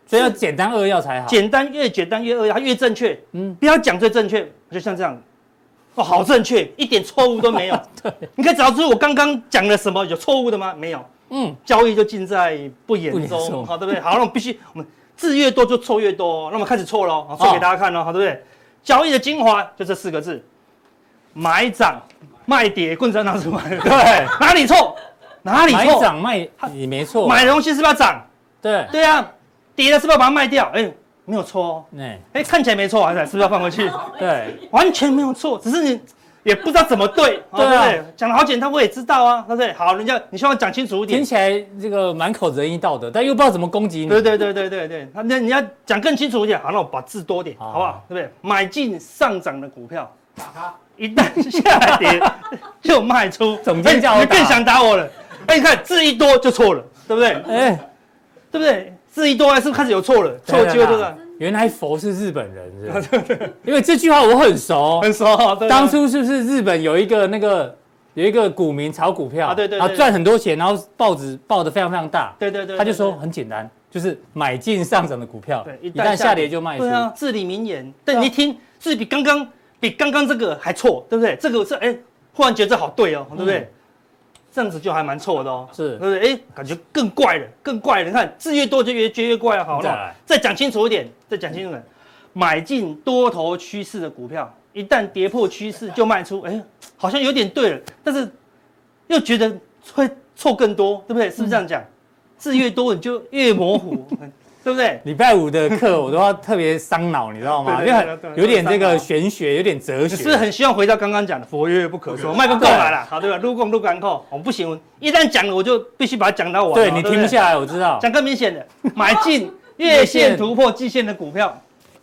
所以要简单扼要才好。简单越简单越扼要，它越正确。嗯嗯，不要讲最正确，就像这样，哦，好正确，一点错误都没 有。对，你可以找出我刚刚讲了什么有错误的吗？没有。嗯，交易就尽在不不言言中中，哦好，对不对？好，那我们必须我们字越多就错越多、哦，那我们开始错喽，好，错哦给大家看喽，好，对不对？交易的精华就这四个字：买涨卖跌，棍子要拿出 来。对，哪里错？哪里买错？涨卖也没错。买的东西是不是要涨？对，对啊，跌了是不是要把它卖掉？哎，没有错哦。哎，哎，看起来没错，还是是不是要放回去？对，完全没有错，只是你也不知道怎么对，哦对对啊不对？讲的好简单，我也知道啊，对不对？好，人家你希望讲清楚一听点，起来这个满口仁义道德，但又不知道怎么攻击你。对对对对对对，那那你要讲更清楚一点，好，那我把字多点，好好不好？对不对？买进上涨的股票，打他，一旦下跌 就卖出，总监叫我哎你打更想打我了。哎，你看字一多就错了，对不对？哎，对不对？字一多是不是开始有错了？错的机会多了，原来佛是日本 人，是不是因为这句话我很熟。很熟哦。对不对当初是不是日本有一个那个有一个股民炒股票，啊对对对然后赚很多钱，然后报纸报得非常非常大，对对对，对他就说对很简单，就是买进上涨的股票对，，一旦下跌就卖出对。啊，至理名言。但你一听是比刚刚比刚刚这个还错，对不对？这个是哎，忽然觉得这好对哦，对不对？这样子就还蛮错的哦，嗯是对不对？哎，感觉更怪了，更怪了。你看字越多就越觉得越怪了，啊好再了来，再讲清楚一点，再讲清楚一点，买进多头趋势的股票，一旦跌破趋势就卖出，哎，好像有点对了，但是又觉得会错更多，对不对？是不是这样嗯讲？字越多你就越模糊， 对不对？礼拜五的课我都要特别伤脑，你知道吗？对啊就对很对对对有点这伤个脑玄学，有点哲 学，是不是很希望回到刚刚讲的佛曰不可说，麦克够来了，好对吧？入共入港口，我不行，一旦讲了我就必须把它讲到完哦。对你停不不对下来，我知道。讲更明显的，买 进月线突破季线的股票，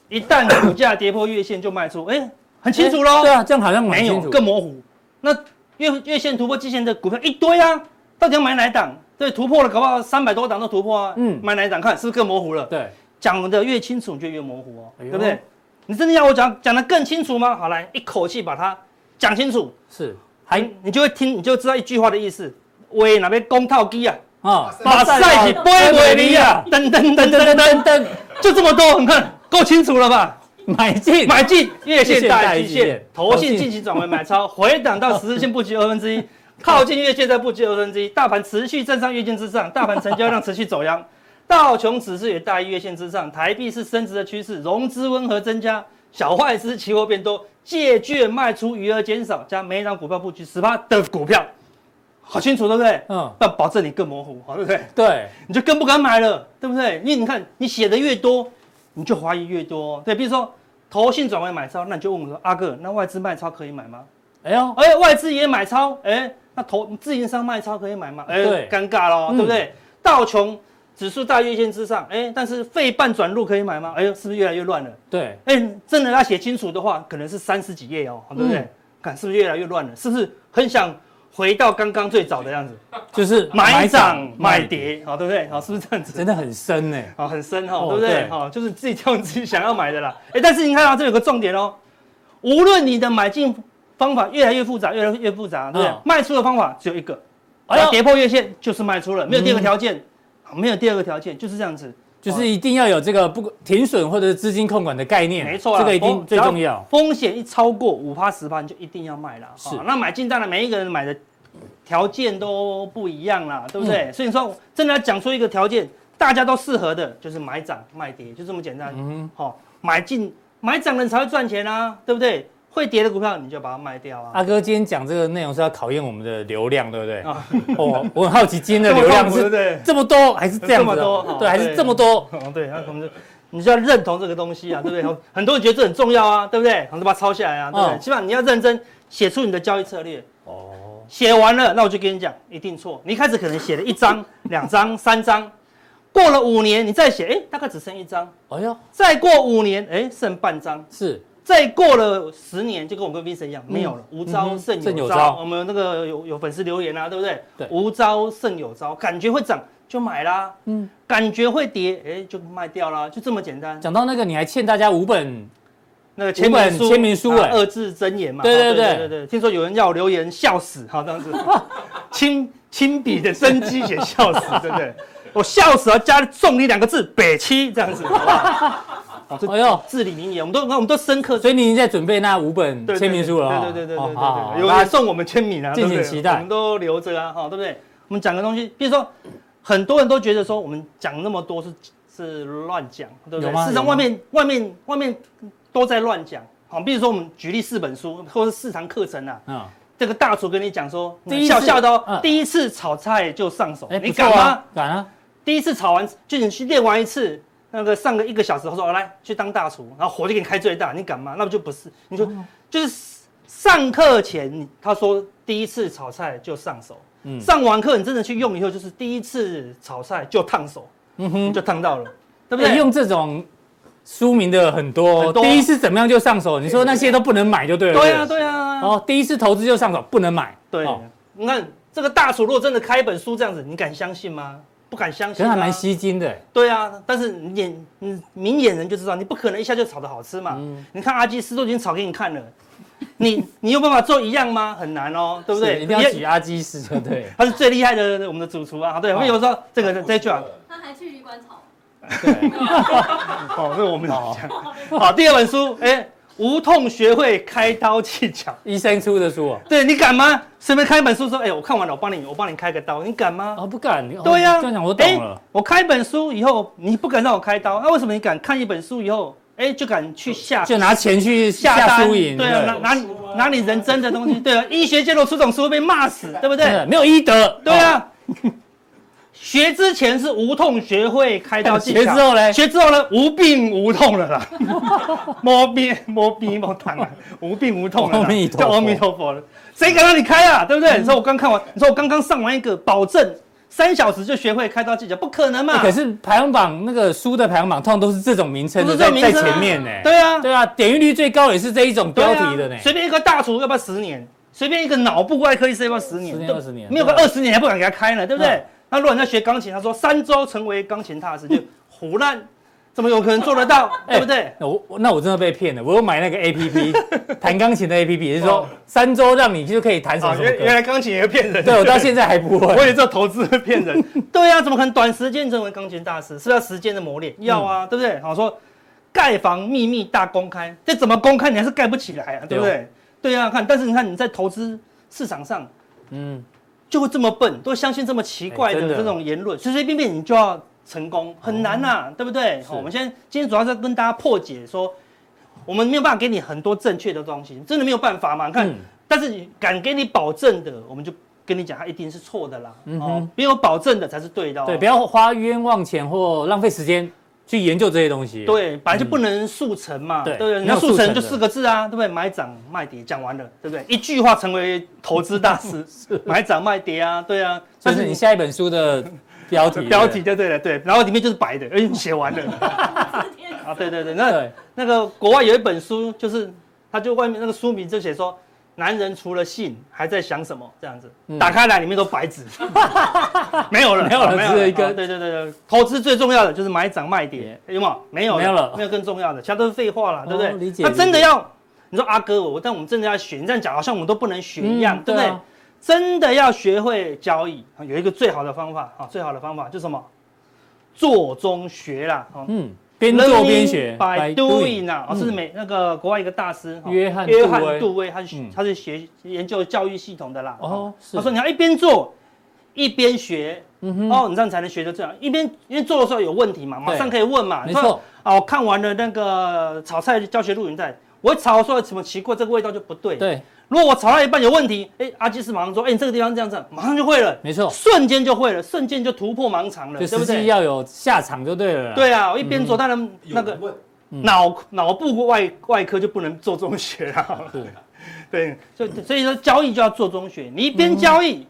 一旦股价跌破月线就卖 出，哎，很清楚对喽，啊，这样好像蛮没有清楚。更模糊。那月月线突破季线的股票一堆啊，到底要买哪一档？对，突破了，搞不好三百多档都突破啊，嗯嗯，买哪一档看是不是更模糊了？对，讲的越清楚，你就越模糊哦，哎呦对不对？你真的要我讲讲的更清楚吗？好，来一口气把它讲清楚，哎是还还你就会听，你就知道一句话的意思。喂，哪边公套机啊？啊，把赛季杯啊维尼亚，噔噔噔 噔噔噔噔，就这么多，你看够清楚了吧？买进买进月线大于月线大于季季线线，投信近期转为买超，回档到十日线不及二分之一，靠近月线再不及二分之一，大盘持续站上月线之上，大盘成交量持续走阳，道琼指数也大于月线之上，台币是升值的趋势，融资温和增加，小外资期货变多，借券卖出余额减少，加每一张股票布局十八的股票，好清楚对不对？嗯，但保证你更模糊，好对不对？对，你就更不敢买了，对不对？因为你看你写的越多，你就怀疑越多、对，比如说投信转为买超，那你就问我说，阿哥，那外资卖超可以买吗？哎呦，哎，外资也买超，哎，那投自营商卖超可以买吗？哎，对尴尬咯，嗯对不对？道琼指数大月线之上，哎，但是费半转入可以买吗？哎呦，是不是越来越乱了？对，哎，真的要写清楚的话，可能是三十几页哦，对不对？嗯看是不是越来越乱了？是不是很想回到刚刚最早的样子，就是买涨买，跌，哦好，对不对？好，是不是这样子？真的很深呢。好，很深哈、哦对不对？对好、就是自己挑你自己想要买的啦。 哎，但是你看啊，这有个重点哦，无论你的买进方法越来越复杂，越来越复杂，对不对？嗯卖出的方法只有一个，哎哎呦要跌破月线就是卖出了，没有第二个嗯条件，好没有第二个条件，就是这样子。就是一定要有这个不停损或者是资金控管的概念，没错啊哦啦，这个一风定最重只要。风险一超过五趴十趴，你就一定要卖啦。是哦那买进当然每一个人买的条件都不一样啦，对不对？嗯所以你说真的要讲出一个条件，大家都适合的，就是买涨卖跌，就这么简单。嗯，好、买进买涨的人才会赚钱啊，对不对？会跌的股票你就把它卖掉啊。阿哥今天讲这个内容是要考验我们的流量，对不 对？啊，哦，我很好奇今天的流量对不是对？这么多还是这样子这啊？么多哦对，还是对这么多？哦，对，那我们就你就要认同这个东西啊，对不对？很多人觉得这很重要啊，对不对？然后就把它抄下来啊，对不对？嗯起码你要认真写出你的交易策略。哦，写完了，那我就跟你讲，一定错。你一开始可能写了一张、两张、三张，过了五年你再写，哎、大概只剩一张。哎呦，再过五年，哎、剩半张。是再过了十年，就跟我跟 Vincent 一样，没有了，无嗯招哼胜胜有有招。招我们那个有有粉丝留言啊，对不对？对无招胜有招，感觉会涨就买啦，嗯，感觉会跌，哎、就卖掉啦，就这么简单。讲到那个，你还欠大家五本，那个签五本名书，签名书啊哎二字真言嘛。对啊对对对对，听说有人要我留言笑死，好当时 亲亲笔的真机写笑死，对不对？我笑死了，加送你两个字北七这样子。好哎呦至理名言，我们都我们都深刻所以你已经在准备那五本对对签名书了哦。对对对对对哦对好对好对，有大人家送我们签名啊，敬请对不对期待我们都留着啊，哈，对不对？我们讲个东西，比如说很多人都觉得说我们讲那么多是是乱讲，对不有对？吗事实上有吗外面外面外面都在乱讲。好，比如说我们举例四本书或者四堂课程啊，嗯，这个大厨跟你讲说，第一次笑笑的哦嗯，第一次炒菜就上手哎，，你不错敢吗啊？，敢啊，第一次炒完就你去练完一次，那个上个一个小时，他说哦来去当大厨，然后火就给你开最大，你敢吗？那不就不是，你就、哦就是上课前你他说第一次炒菜就上手，嗯上完课你真的去用以后，就是第一次炒菜就烫手，嗯你哼，就烫到了，对不对对？用这种书名的很很多，多啊第一次怎么样就上手，你说那些都不能买就对了。对啊对啊，哦，第一次投资就上手，不能买。对，哦你看这个大厨如果真的开一本书这样子，你敢相信吗？不敢相可信、是啊，还蛮吸睛的。对啊，但是你眼你明眼人就知道，你不可能一下就炒的好吃嘛。嗯你看阿基斯都已经炒给你看了，你你有办法做一样吗？很难哦，对不对？是一定要你举阿基斯，就对 。了他是最厉害的我们的主厨啊，对，我们有时候这个这一句啊，他还去旅馆炒，对，哦，这个我们讲。好，第二本书，哎，无痛学会开刀技巧。医生出的书哦，对你敢吗？随便开一本书说，哎，我看完了，我帮你，我帮你开个刀，你敢吗？哦不敢。哦对呀、这样讲我懂了哎。我开一本书以后，你不敢让我开刀，那、为什么你敢看一本书以后，哎、就敢去下就拿钱去下下单？输赢，对啊，拿拿你拿你人真的东西，对 啊，医学界都出这种书会被骂死，对不真对？的没有医德，哦对啊。 学之前是无痛学会开刀哦，技学之巧，后嘞，学之后呢，无病无痛了啦， 摸病摸病摸痛啊，无病无痛了啦，阿弥陀叫佛嗯阿弥陀佛了，谁敢让你开啊？对不对？你说我刚看完，你说我刚刚上完一个，保证三小时就学会开刀技巧，不可能嘛？哎可是排行榜那个书的排行榜，通常都是这种名称都是的这种在在名称啊前面呢。对啊，对啊，点阅率最高也是这一种对啊标题的呢。随便一个大厨要不要十年？随便一个脑部外科医生要不要十年？十年都二十年没有个二十年还不敢给他开呢，对不对啊嗯？那如果你在学钢琴，他说三周成为钢琴大师就胡乱，怎么有可能做得 到？哎对不对？那我我那我真的被骗了，我有买那个 A P P 弹钢琴的 A P P，也就是说三周让你就可以弹什么啊，什么原原歌。来钢琴也会骗人。对我到现在还不 我以会。为这投资会骗 人。对啊，怎么可能短时间成为钢琴大师？是不是要时间的磨练？嗯要啊，对不对？好说盖房秘密大公开，这怎么公开？你还是盖不起来啊，对不哦对？对啊，看，但是你看你在投资市场上嗯，就会这么笨，都相信这么奇怪哎真的的哦这种言论，随随便便你就要成功，很难呐、对不对？哦是好，我们现在今天主要是要跟大家破解说，我们没有办法给你很多正确的东西，真的没有办法嘛？你看。嗯但是敢给你保证的，我们就跟你讲，它一定是错的啦。嗯哼哦，没有保证的才是对的、哦。对，不要花冤枉钱或浪费时间去研究这些东西。，对，啊本来就不能速成嘛，嗯对对不对？没有你要速速成成就的四个字啊，对不对？买涨卖跌，讲完了，对不对？一句话成为投资大 师，买涨卖跌啊，对啊。这是你下一本书的标题。标题就对了，对，然后里面就是白的， 而且你写完了 啊，对对对，那对，那个国外有一本书，就是他就外面那个书名就写说，男人除了性还在想什么这样子，打开来里面都白 纸，嗯没有了，没有了只有一个啊对对对对，投资最重要的就是买涨卖跌，有没有？没有，没有了没有更重要的，其他都是废话了，对不对？哦理解他真的理解要，你说阿哥我，但我们真的要学，你这样讲好像我们都不能学一样，嗯对不对？对啊真的要学会交易，啊有一个最好的方法啊，最好的方法就是什么？做中学啦，啊嗯，边做边学 Learning by ，by doing 嗯 doing 啊，哦是美那个国外一个大师哈约翰约杜翰威杜威，他是嗯他是学研究教育系统的啦。哦哦，是他说你要一边做一边学，嗯哦，你这样才能学得最好。一边因为做的时候有问题嘛，马上可以问嘛。没你说错。啊，我看完了那个炒菜教学录影带，我炒说什么奇怪，这个味道就不对。对，如果我炒到一半有问题，哎，阿基斯马上说，哎，你这个地方这样子，马上就会了，没错，瞬间就会了，瞬间就突破盲肠了，就对不实对际？要嗯有下场就对了啦。对啊，我一边做，当然有那个人问，嗯脑脑部外外科就不能做中学了。 是，对，啊所以所以说交易就要做中学，你一边交易、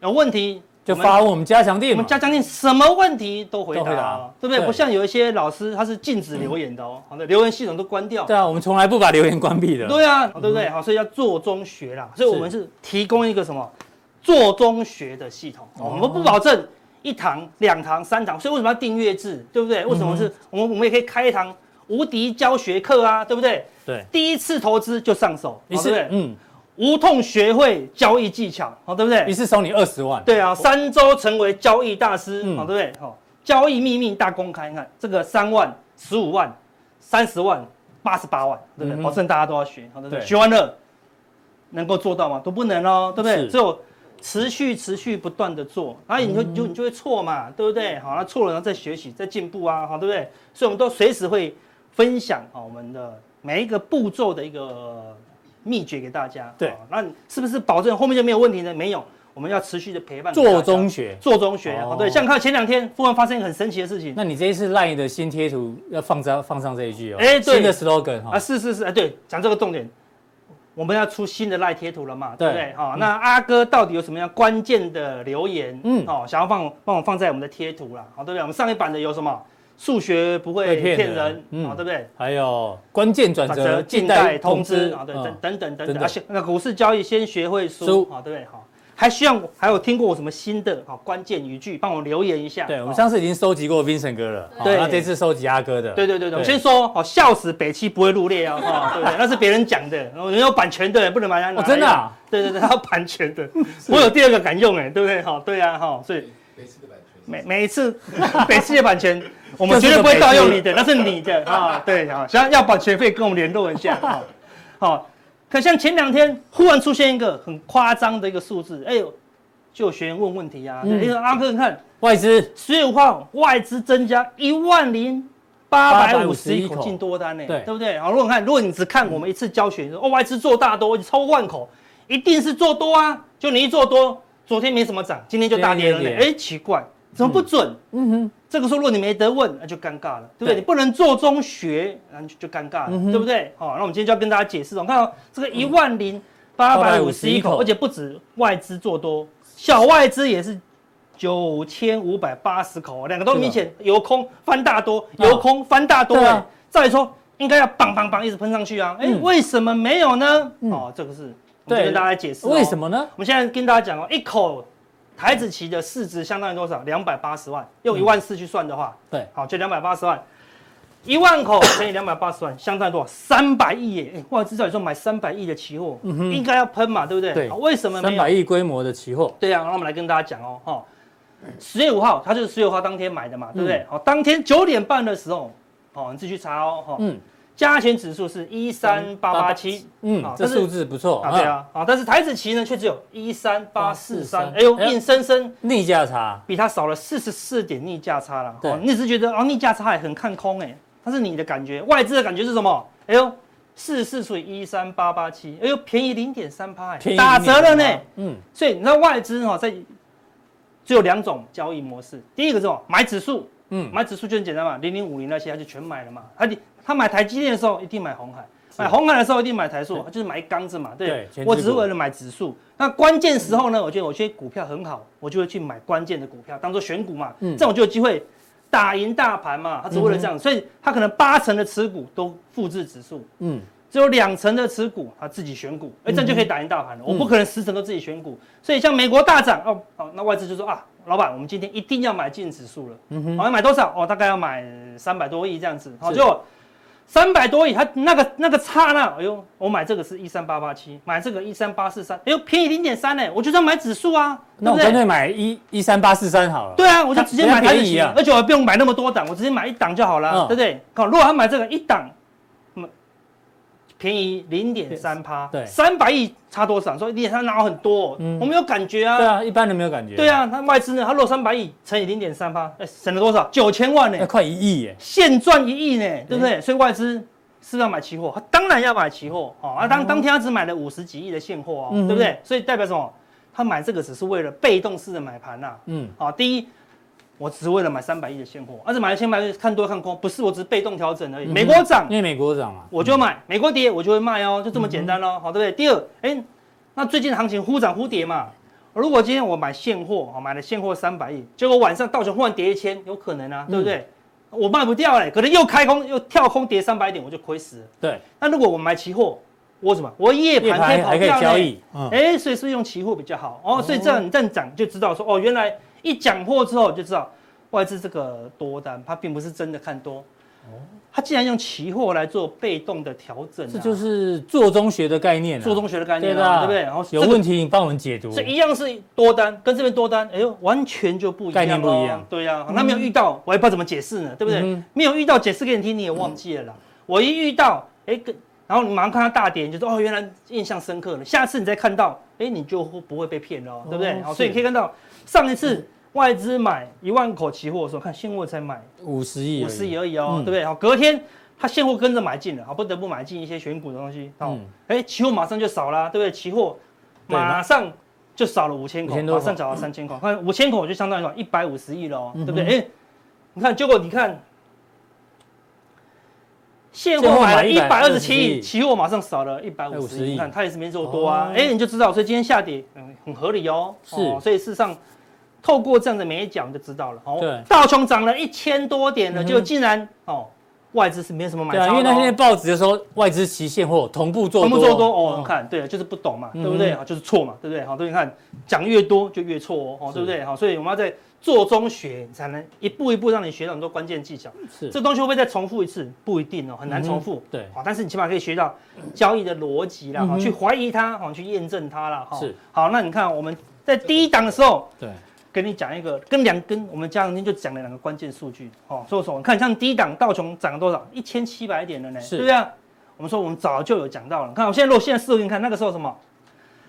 有问题嗯就我们发问我们加强地我嘛们。家将近什么问题都回答都哦，回答对不对？对不像有一些老师他是禁止留言的哦，好的，留言系统都关掉。对啊，我们从来不把留言关闭的。对啊，对不对？好，所以要做中学啦，所以我们是提供一个什么做中学的系统，我们不保证一堂、两堂、三堂，所以为什么要订阅制，对不对？为什么是我们我们也可以开一堂无敌教学课啊，对不对？对，第一次投资就上手，一好对不次哦对？嗯，无痛学会交易技巧，好对不一对？次收你二十万。对啊，三周成为交易大师，哦嗯好对不对？好，交易秘密大公开，你看这个三万、十五万、三十万、八十八万，对不嗯对？哼保证大家都要学，哦好对不对？对学完了能够做到吗？都不能哦，对不对？是只有持续、持续不断的做，然后你嗯就就你就会错嘛，对不对？好，那错了然后再学习、再进步啊，好对不对？所以我们都随时会分享啊我们的每一个步骤的一个呃秘诀给大家。对哦那你是不是保证后面就没有问题呢？没有，我们要持续的陪伴。做中学。做中学啊，哦哦对，像看前两天忽然发生一个很神奇的事情那你这一次赖的新贴图要放上放上这一句哦，哎对新的 slogan 啊，哈，是是是，哎对，讲这个重点，我们要出新的赖贴图了嘛，对对不对？好，那阿哥到底有什么样关键的留言？嗯嗯，哦，想要放帮我放在我们的贴图啦，哦好，对不对？我们上一版的有什么？数学不会会骗骗人人，嗯好，对不对？还有关键转转折，折近代通知啊，对，嗯等等等等等等，等而且那股市交易先学会输输啊，对不对？好，还需要还有听过我什么新的啊关键语句，帮我留言一下。对，我们哦上次已经收集过 Vincent 哥了，好对那这次收集阿哥的，对对对对，我先说哦，笑死北七不会入列哦，哦对不对？那是别人讲的，我们有版权的，不能把它拿来哦用。真的啊对对对，他有版权 的，我有第二个敢用哎，对不对？哈，对啊，哈，所以每次的版权是每每一次北七的版权，我们绝对不会盗用你的，那是你的啊，对啊，想要版权费跟我们联络一下啊。好，可像前两天忽然出现一个很夸张的一个数字，哎呦，就有学员问问题啊，嗯哎呦，阿哥你看外资十月五号外资增加一万零八百五十一851口口进多单呢、对对不对？好，如果你看，如果你只看我们一次教学，你说哦，外资做大多超万口，一定是做多啊，就你一做多，昨天没什么涨，今天就大跌了呢今天。哎、也奇怪，怎么不准？嗯哼，这个时候如果你没得问，那就尴尬了，对不对？对你不能做中学，那就就尴尬了，嗯哼对不对？好、那我们今天就要跟大家解释哦，看到这个一万零八百五十一851口口，而且不止外资做多，小外资也是。九千五百八十口，啊两个都是吧明显由空翻大多，啊由空翻大多、对啊哎照理说应该要棒棒棒一直喷上去啊，哎、嗯为什么没有呢？哦，这个是我们对就跟大家解释、哦，为什么呢？我们现在跟大家讲哦，一口台子棋的市值相当于多少？两百八十万，用一万四去算的话，嗯对，好，就两百八十万。一万口 乘以两百八十万，相当于多少？三百亿耶！哎，外资照理说买三百亿的期货，应该要喷嘛，对不对？嗯对好为什么没三有百？亿规模的期货，对啊，那我们来跟大家讲哦，哈、十月五号，它就是十月五号当天买的嘛，对不对？好、当天九点半的时候，好、你自己去查哦，哈、嗯加权指数是一三八八七，嗯好，这但是数字不错啊，对，啊，好、但是台子期呢却只有一三八四三843，哎呦，哎呦硬生生逆价差，比它少了四十四点逆价差了。对哦，你只是觉得哦逆价差还很看空哎、但是你的感觉，外资的感觉是什么？哎呦，四十四除以一三八八七，哎呦，便宜零点三趴，哎便宜打折了呢。 0.38嗯，所以你知道外资哈、哦、在只有两种交易模式，第一个是什么？买指数，嗯嗯，买指数就很简单嘛，零零五零那些他就全买了嘛，他就他买台积电的时候一定买红海。买红海的时候一定买台塑，就是买一缸子嘛，对对全，指我只是股为了买指数。那关键时候呢，我觉得我觉得股票很好，我就会去买关键的股票，当做选股嘛，嗯这样我就有机会打赢大盘嘛。他只为了这样，所以他可能八成的持股都复制指数，嗯，只有两成的持股啊自己选股，哎、这样就可以打赢大盘嗯了。我不可能十成都自己选股，所以像美国大涨哦，哦，那外资就说啊，老板，我们今天一定要买进指数了，好、要买多少？哦，大概要买三百多亿这样子，好、嗯是就三百多亿，它那个那个刹那，哎呦，我买这个是一三八八七，买这个一三八四三，哎呦，便宜零点三呢，我就要买指数啊，那我对干不对？脆买一一三八四三好了，对啊，我就直接买它台便子宜期，啊而且我还不用买那么多档，我直接买一档就好了，嗯对不对？好，如果他买这个一档，嗯，便宜零点三趴，对三百亿差多少？说零点三哪有很多、哦嗯我没有感觉啊。对啊，一般人没有感觉，对，啊，他外资呢，他落三百亿乘以零点三趴，哎，省了多少？九千万呢、那哎快一亿耶，现赚一亿呢，对不对？所以外资是不是要买期货，他当然要买期货哦。啊，当当天他只买了五十几亿的现货哦，嗯哼对不对？所以代表什么？他买这个只是为了被动式的买盘啊呐、嗯，好、第一，我只是为了买三百亿的现货，啊而且买了千百亿看多看空，不是我只是被动调嗯整而已。美国涨因为美国涨嘛，我就买，美国跌我就会卖哦，就嗯这么简单哦，好对不对？第二，哎，那最近的行情忽涨忽跌嘛，如果今天我买现货，哦买了现货三百亿，结果晚上道琼忽然跌一千，有可能啊，对不嗯对？我卖不掉嘞，可能又开空又跳空跌三百点，我就亏死了。对，那如果我买期货，我怎么？我夜夜盘可以盘跑还可以掉交嘞易，嗯，哎、所以是不是用期货比较好？哦，所以这样你这样讲就知道说，哦，原来一讲货之后就知道外资这个多单，它并不是真的看多，哦，它竟然用期货来做被动的调整、啊，这就是做中学的概念啊，做中学的概念对的啊，啊对不对？然后有问题，你帮我们解读这。个，这一样是多单，跟这边多单，哎呦，完全就不一样、概念不一样，对呀、啊那没有遇到，我也不知道怎么解释呢，对不对？嗯哼没有遇到解释给你听，你也忘记了啦。我一遇到，哎、跟然后你马上看到大跌，你就说哦，原来印象深刻了。下次你再看到，哎、你就不会被骗了、哦，对不对？好，所以你可以看到上一次外资买一万口期货的时候，看现货才买五十亿而已，五十亿而已哦，嗯对不对？好，隔天它现货跟着买进了，好，不得不买进一些选股的东西，哦嗯，哎、期货马上就少啦，对不对？期货对马上就少了五千口， 5000多马口上找到三千口，看五千口就相当于一百五十亿了哦，对不对？哎、你看，结果你看。现货买了一现货百买二十了七127亿，期货马上少了一百五十150亿亿，你看它也是没做多啊哦，哎、你就知道，所以今天下跌，嗯，很合理哦。是哦所以事实上，透过这样的每一讲就知道了。哦，对道琼涨了一千多点了，嗯哼就竟然哦，外资是没什么买对啊，因超为的那天哦。报纸就说外资期现货同步做我多，们做多哦，你看对，就是不懂嘛，对不对？嗯好，就是错嘛，对不对？好，所以你看讲越多就越错哦，哦，对不对？好，所以我们要在做中学，才能一步一步让你学到很多关键技巧。是这东西会不会再重复一次？不一定哦，很难重复。嗯对好，但是你起码可以学到交易的逻辑啦，嗯哈哼去怀疑它，好，去验证它啦，哈。是。好，那你看我们在第一档的时候，对，跟你讲一个，跟两跟我们嘉良今天就讲了两个关键数据哦，所以说你看像第一档道琼涨了多少，一千七百点了呢，是对不对？我们说我们早就有讲到了，你看我现在如果现在试给你看，那个时候什么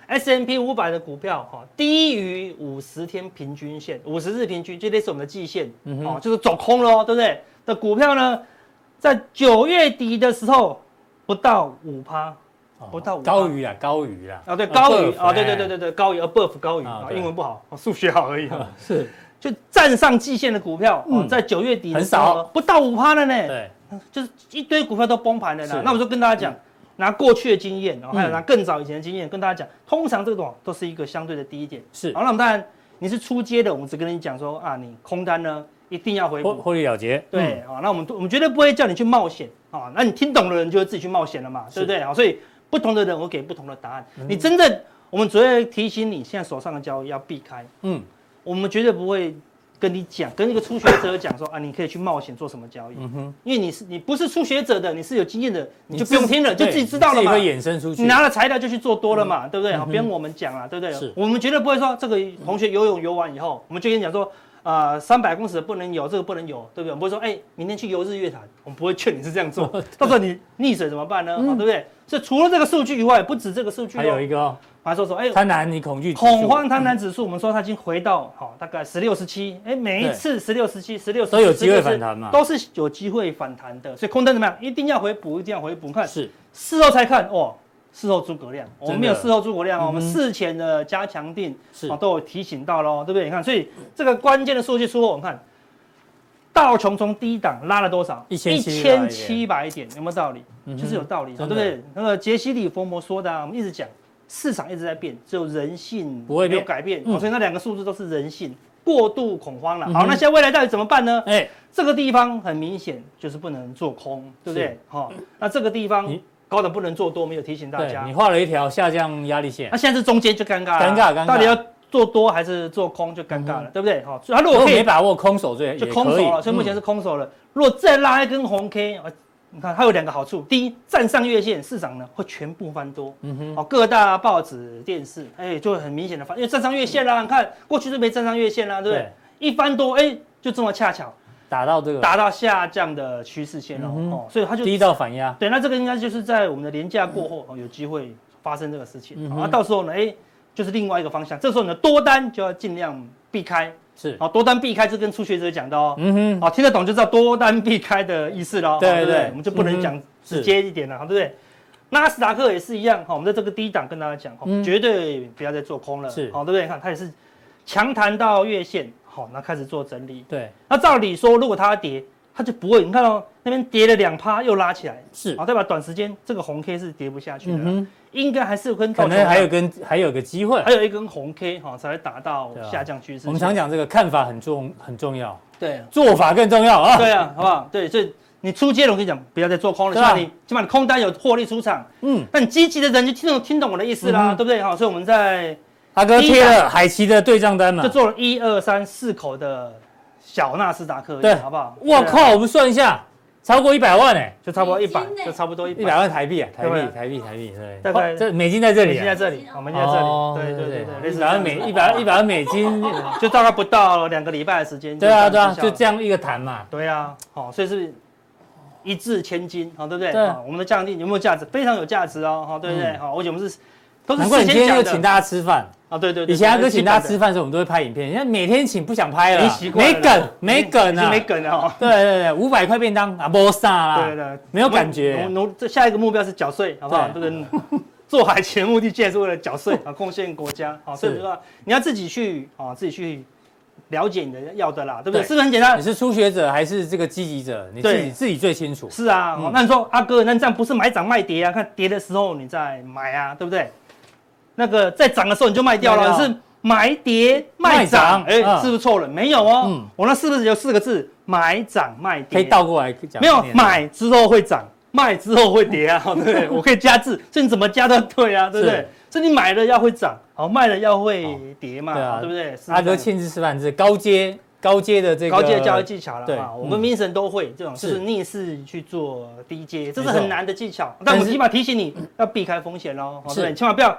S M P 五百的股票哈、哦，低于五十天平均线，五十日平均就类似我们的季线、嗯哼哦，就是走空喽，对不对？的股票呢，在九月底的时候不到五趴，不到五趴高于啊，高于啊，啊，对，高于 Above，啊，对对哎对对对，高于 above 高于啊啊，对英文不好，哦数学好而已啊。是，就站上季线的股票，哦嗯在九月底的很时候少呢不到五趴了呢，对，就是一堆股票都崩盘了是啦。那我就跟大家讲，拿过去的经验，然后还有嗯拿更早以前的经验跟大家讲，通常这种都是一个相对的低点。是好，那我们当然你是出街的，我们只跟你讲说啊，你空单呢一定要回获补。获利了结，对，嗯好，那我们我们绝对不会叫你去冒险啊。那你听懂的人就会自己去冒险了嘛，对不对？好，所以不同的人我给不同的答案。嗯你真正我们只会提醒你现在手上的交易要避开。嗯，我们绝对不会跟你讲，跟一个初学者讲说啊，你可以去冒险做什么交易，嗯哼，因为你是你不是初学者的，你是有经验的，你就自不用听了，就对自己知道了你嘛自。己会衍生出去。你拿了材料就去做多了嘛，对不对？好，嗯哼不用我们讲了，对不对是？我们绝对不会说这个同学游泳游完以后，我们就跟你讲说，啊，三百公尺的不能游，这个不能游，对不对？我们不会说，哎，明天去游日月潭，我们不会劝你是这样 做，到时候你溺水怎么办呢？嗯哦好对不对？所以除了这个数据以外，不止这个数据哦，还有一个哦，还说说，哎，贪婪你恐惧指数恐慌贪婪指数，我们说它已经回到好、大概十六十七，哎，每一次十六十七、十六都有机会反弹嘛都是有机会反弹的。所以空单怎么样？一定要回补，一定要回补。你看是事后才看哦，事后诸葛亮，我们没有真的事后诸葛亮哦，我们嗯哼事前的加强定是哦，都有提醒到喽，对不对？你看，所以这个关键的数据出货，你看道琼从低档拉了多少？ 1700百点，有没有道理？嗯哼就是有道理，对真不的对？那个杰西·里佛摩说的、啊，我们一直讲，市场一直在变，只有人性不会没有变改变，嗯哦所以那两个数字都是人性过度恐慌了。嗯哼好，那现在未来到底怎么办呢？哎，这个地方很明显就是不能做空，对不对是？好、那这个地方你高的不能做多，没有提醒大对家你。画了一条下降压力线那，现在是中间就尴尬了，尴尬尴尬嗯到底要做多还是做空就尴尬了，对不对？好、所以它如如果果可以没把握空手最就空手了，所以目前是是空手了。如果再拉一根红 K，呃你看它有两个好处：第一，站上月线，市场呢会全部翻多。嗯哼哦，各大报纸、电视，哎，就会很明显的翻，因为站上月线啦。你看过去就没站上月线啦，对不对对？一翻多，哎，就这么恰巧打到这个达到下降的趋势线哦嗯哼，哦，所以它就低到反压，对，那这个应该就是在我们的年假过后、哦、有机会发生这个事情。嗯那、哼啊、到时候呢，哎，就是另外一个方向。这时候你的多单就要尽量避开，是，好、多单避开，这跟初学者讲的哦。嗯哼，好，听得懂就知道多单避开的意思了，哦对好不对我们就不能嗯讲哼直是接一点了，好对不对？纳斯达克也是一样，哦好，我们在这个低档跟大家讲，好哦嗯绝对不要再做空了，哦是好，对不对？你看它也是强弹到月线，好，那开始做整理。对，那照理说，如果它跌，它就不会，你看哦，那边跌了两趴又拉起来，哦是好，，代表短时间这个红 K 是跌不下去的嗯啦，哼，应该还是有跟可道琼一能样还有跟还有个机会还。有一根红 K 哈，才会达到对啊下降趋势线。我们常讲这个看法很重很重要，对啊。做法更重要啊。对啊，好不好？对，所以你出街了，我跟你讲，不要再做空了，起对啊码你起码你空单有获利出场，嗯，那你积极的人就听懂听懂我的意思嗯啦，哼对不对？好，所以我们在阿哥贴了海奇的对账单嘛就，做了一二三四口的小纳斯达克，对好不好？我对啊，靠，我们算一下，超过一百万哎，就差不多一美百金，呢就差不多一一百，百万台币啊，台对币吧台币台币，对，大概哦这美金在这美里金啊，在这里，我们金在这哦里，对对对对，类一似百万这样子哦美一百一百万美 金，就大概不到两个礼拜的时间，对啊对啊，就就这这样，样一个谈嘛，对啊，好，所以是。一掷千金，好，对不对？对好我们的降定有没有价值？非常有价值哦，好，对不对？嗯好，而且我们是都是难怪事你今先天讲又的请大家吃饭。啊，对对对，以前阿哥这是请大家基吃本的，饭的时候，我们都会拍影片。现在每天请不想拍了你啦，习惯了没啦梗，没梗已经啊没。梗了哦。对对对，五百块便当啊，没啥啦。对对，没有感觉我努这下一个目标是缴税，好不好？这对个做海前目的竟然是为了缴税啊，贡献国家啊，所以是说你要自己去啊，自己去了解你的要的啦，对不对？对是不是很简你单？是初学者还是这个积极者？你自对己自己最清楚。是啊，嗯哦那你说阿哥，那你这样不是买涨卖跌啊？看跌的时候你再买啊，对不对？那个在涨的时候你就卖掉卖了，掉是买跌卖卖涨涨，哎，嗯是不是错了？没有哦嗯，我那是不是有四个字买涨卖跌？可以倒过来讲。没有，买之后会涨，卖之后会 跌啊，对不对？我可以加字，所以你怎么加都对啊，对不对是？所以你买了要会涨，好卖了要会跌嘛，对啊对不对？是阿哥这样亲自吃饭是高阶高阶的这个高阶交易技巧了对啊，我跟嗯 Vincent 都会这种，就是是逆势去做低阶，这是没错很难的技巧，但但是我起码提醒你要避开风险喽，好对不对？是你起码不要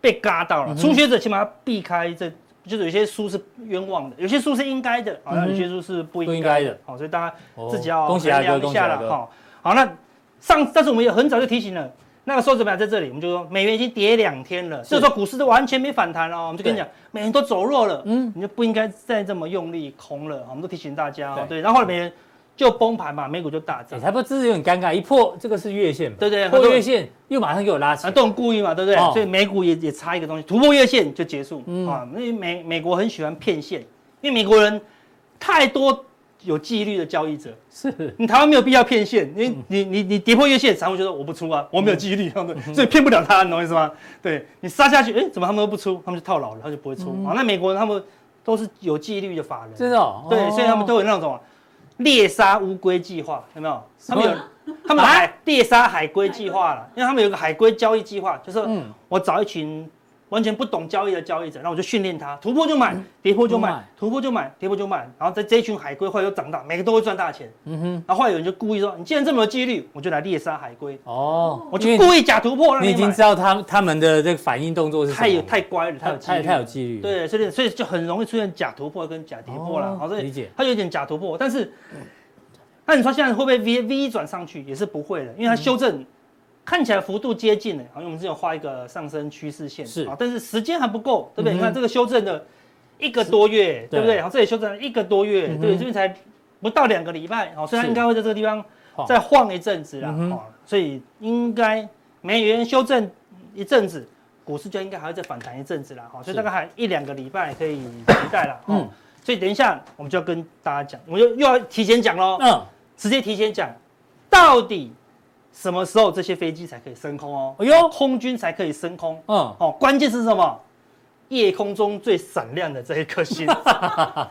被嘎到了，嗯哼初学者起码要避开这。就是有些书是冤枉的，有些书是应该的，好，那有嗯哼些书是不不应应该该的的，好，所以大家哦自己要恭喜阿衡哥，量恭一喜下阿了哥。哈。好，那上，但是我们也很早就提醒了，那个时候怎么样，在这里我们就说美元已经跌两天了，这时候股市都完全没反弹了，我们就跟你讲，美元都走弱了，嗯嗯，你就不应该再这么用力空了，我们都提醒大家哦，对对，然后后来美元就崩盘嘛，美股就大涨哎，，他不这是有点尴尬，一破这个是月线嘛，对对很破多月线又马上给我拉起啊，来，都很故意嘛，对不对？哦所以美股也也差一个东西，突破月线就结束、嗯啊。因为美美国很喜欢骗线，因为美国人太多有纪律的交易者，是你台湾没有必要骗线，因为嗯你你你跌破月线，散户就说我不出啊，我没有纪律，嗯对所以骗不了他，你懂我意思吗？对你杀下去，哎，怎么他们都不出？他们就套牢了，他就不会出。啊，那美国人他们都是有纪律的法人，嗯真的哦。对，哦所以他们都有那种猎杀乌龟计划，有没有？他们有什么， 啊他们有海猎杀海龟计划了，因为他们有个海龟交易计划，就是嗯我找一群完全不懂交易的交易者，那我就训练他，突破就买，跌破就就买嗯买，突破就买，跌破就买，然后在这一群海龟后来又长大，每个都会赚大钱。嗯哼，然后后来有人就故意说，你既然这么有纪律，我就来猎杀海龟，哦，我因就为故意假突破让你你已经买知。道他他们的这个反应动作是什么太有太乖了，太有纪太律，太有纪律，，对，所以所以就很容易出现假突破跟假跌破啦。哦好、所以理解它有点假突破，但是那你说现在会不会 V V 转上去也是不会的，因为它修正、看起来幅度接近了，好像我们之前有画一个上升趋势线，是啊，但是时间还不够，对不对？你嗯哼看这个修正的一个多月，对不对对？好，这里修正了一个多月，嗯哼对，这边才不到两个礼拜，好，所以它是应该会在这个地方晃再晃一阵子啦，嗯哼哦，所以应该美元修正一阵子，股市就应该还会再反弹一阵子啦，哈，所以大是概还一两个礼拜可以期待啦，嗯嗯，所以等一下我们就要跟大家讲，我就又要提前讲喽，嗯，直接提前讲，到底什么时候这些飞机才可以升空哦？哎呦，空军才可以升空嗯，哦，关键是什么？夜空中最闪亮的这一颗 星，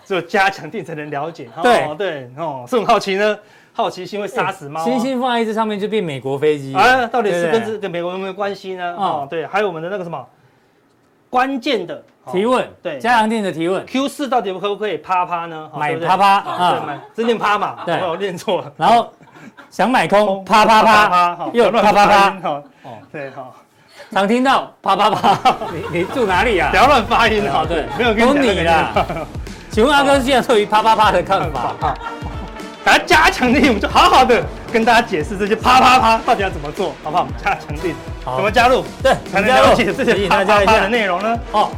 只有加强定才能了解。哦对对哦，这种好奇呢，好奇心会杀死猫哦。星星放在这上面就变美国飞机，啊，到底是对跟不这对跟美国有没有关系呢？哦哦，对，还有我们的那个什么关键的哦提问，对加强定的提问， Q 四到底可不可以啪啪呢？哦买对不对啪啪哦对，啊，买这念啪嘛，对我念错了，然后想买空，啪啪啪，哈又哦乱啪啪发啪音，哈哦，对哈，常听到啪啪 啪，你你住哪里啊不？要乱发音哈，对没有跟都讲那你啊个啦。请问阿哥现在对于啪啪啪的看 法？把它加强力，我们就好好的跟大家解释这些啪啪啪到底要怎么做，好不好？我们加强力好怎么加入对，才能加入了解这提些醒啪大家啪一啪的下内容呢？哦。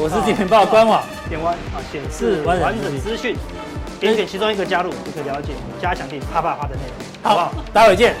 我是金钱豹官网，点完啊，显示完整资讯，点选其中一个加入就可以了解加强力啪啪啪的内容，好不好？待会见。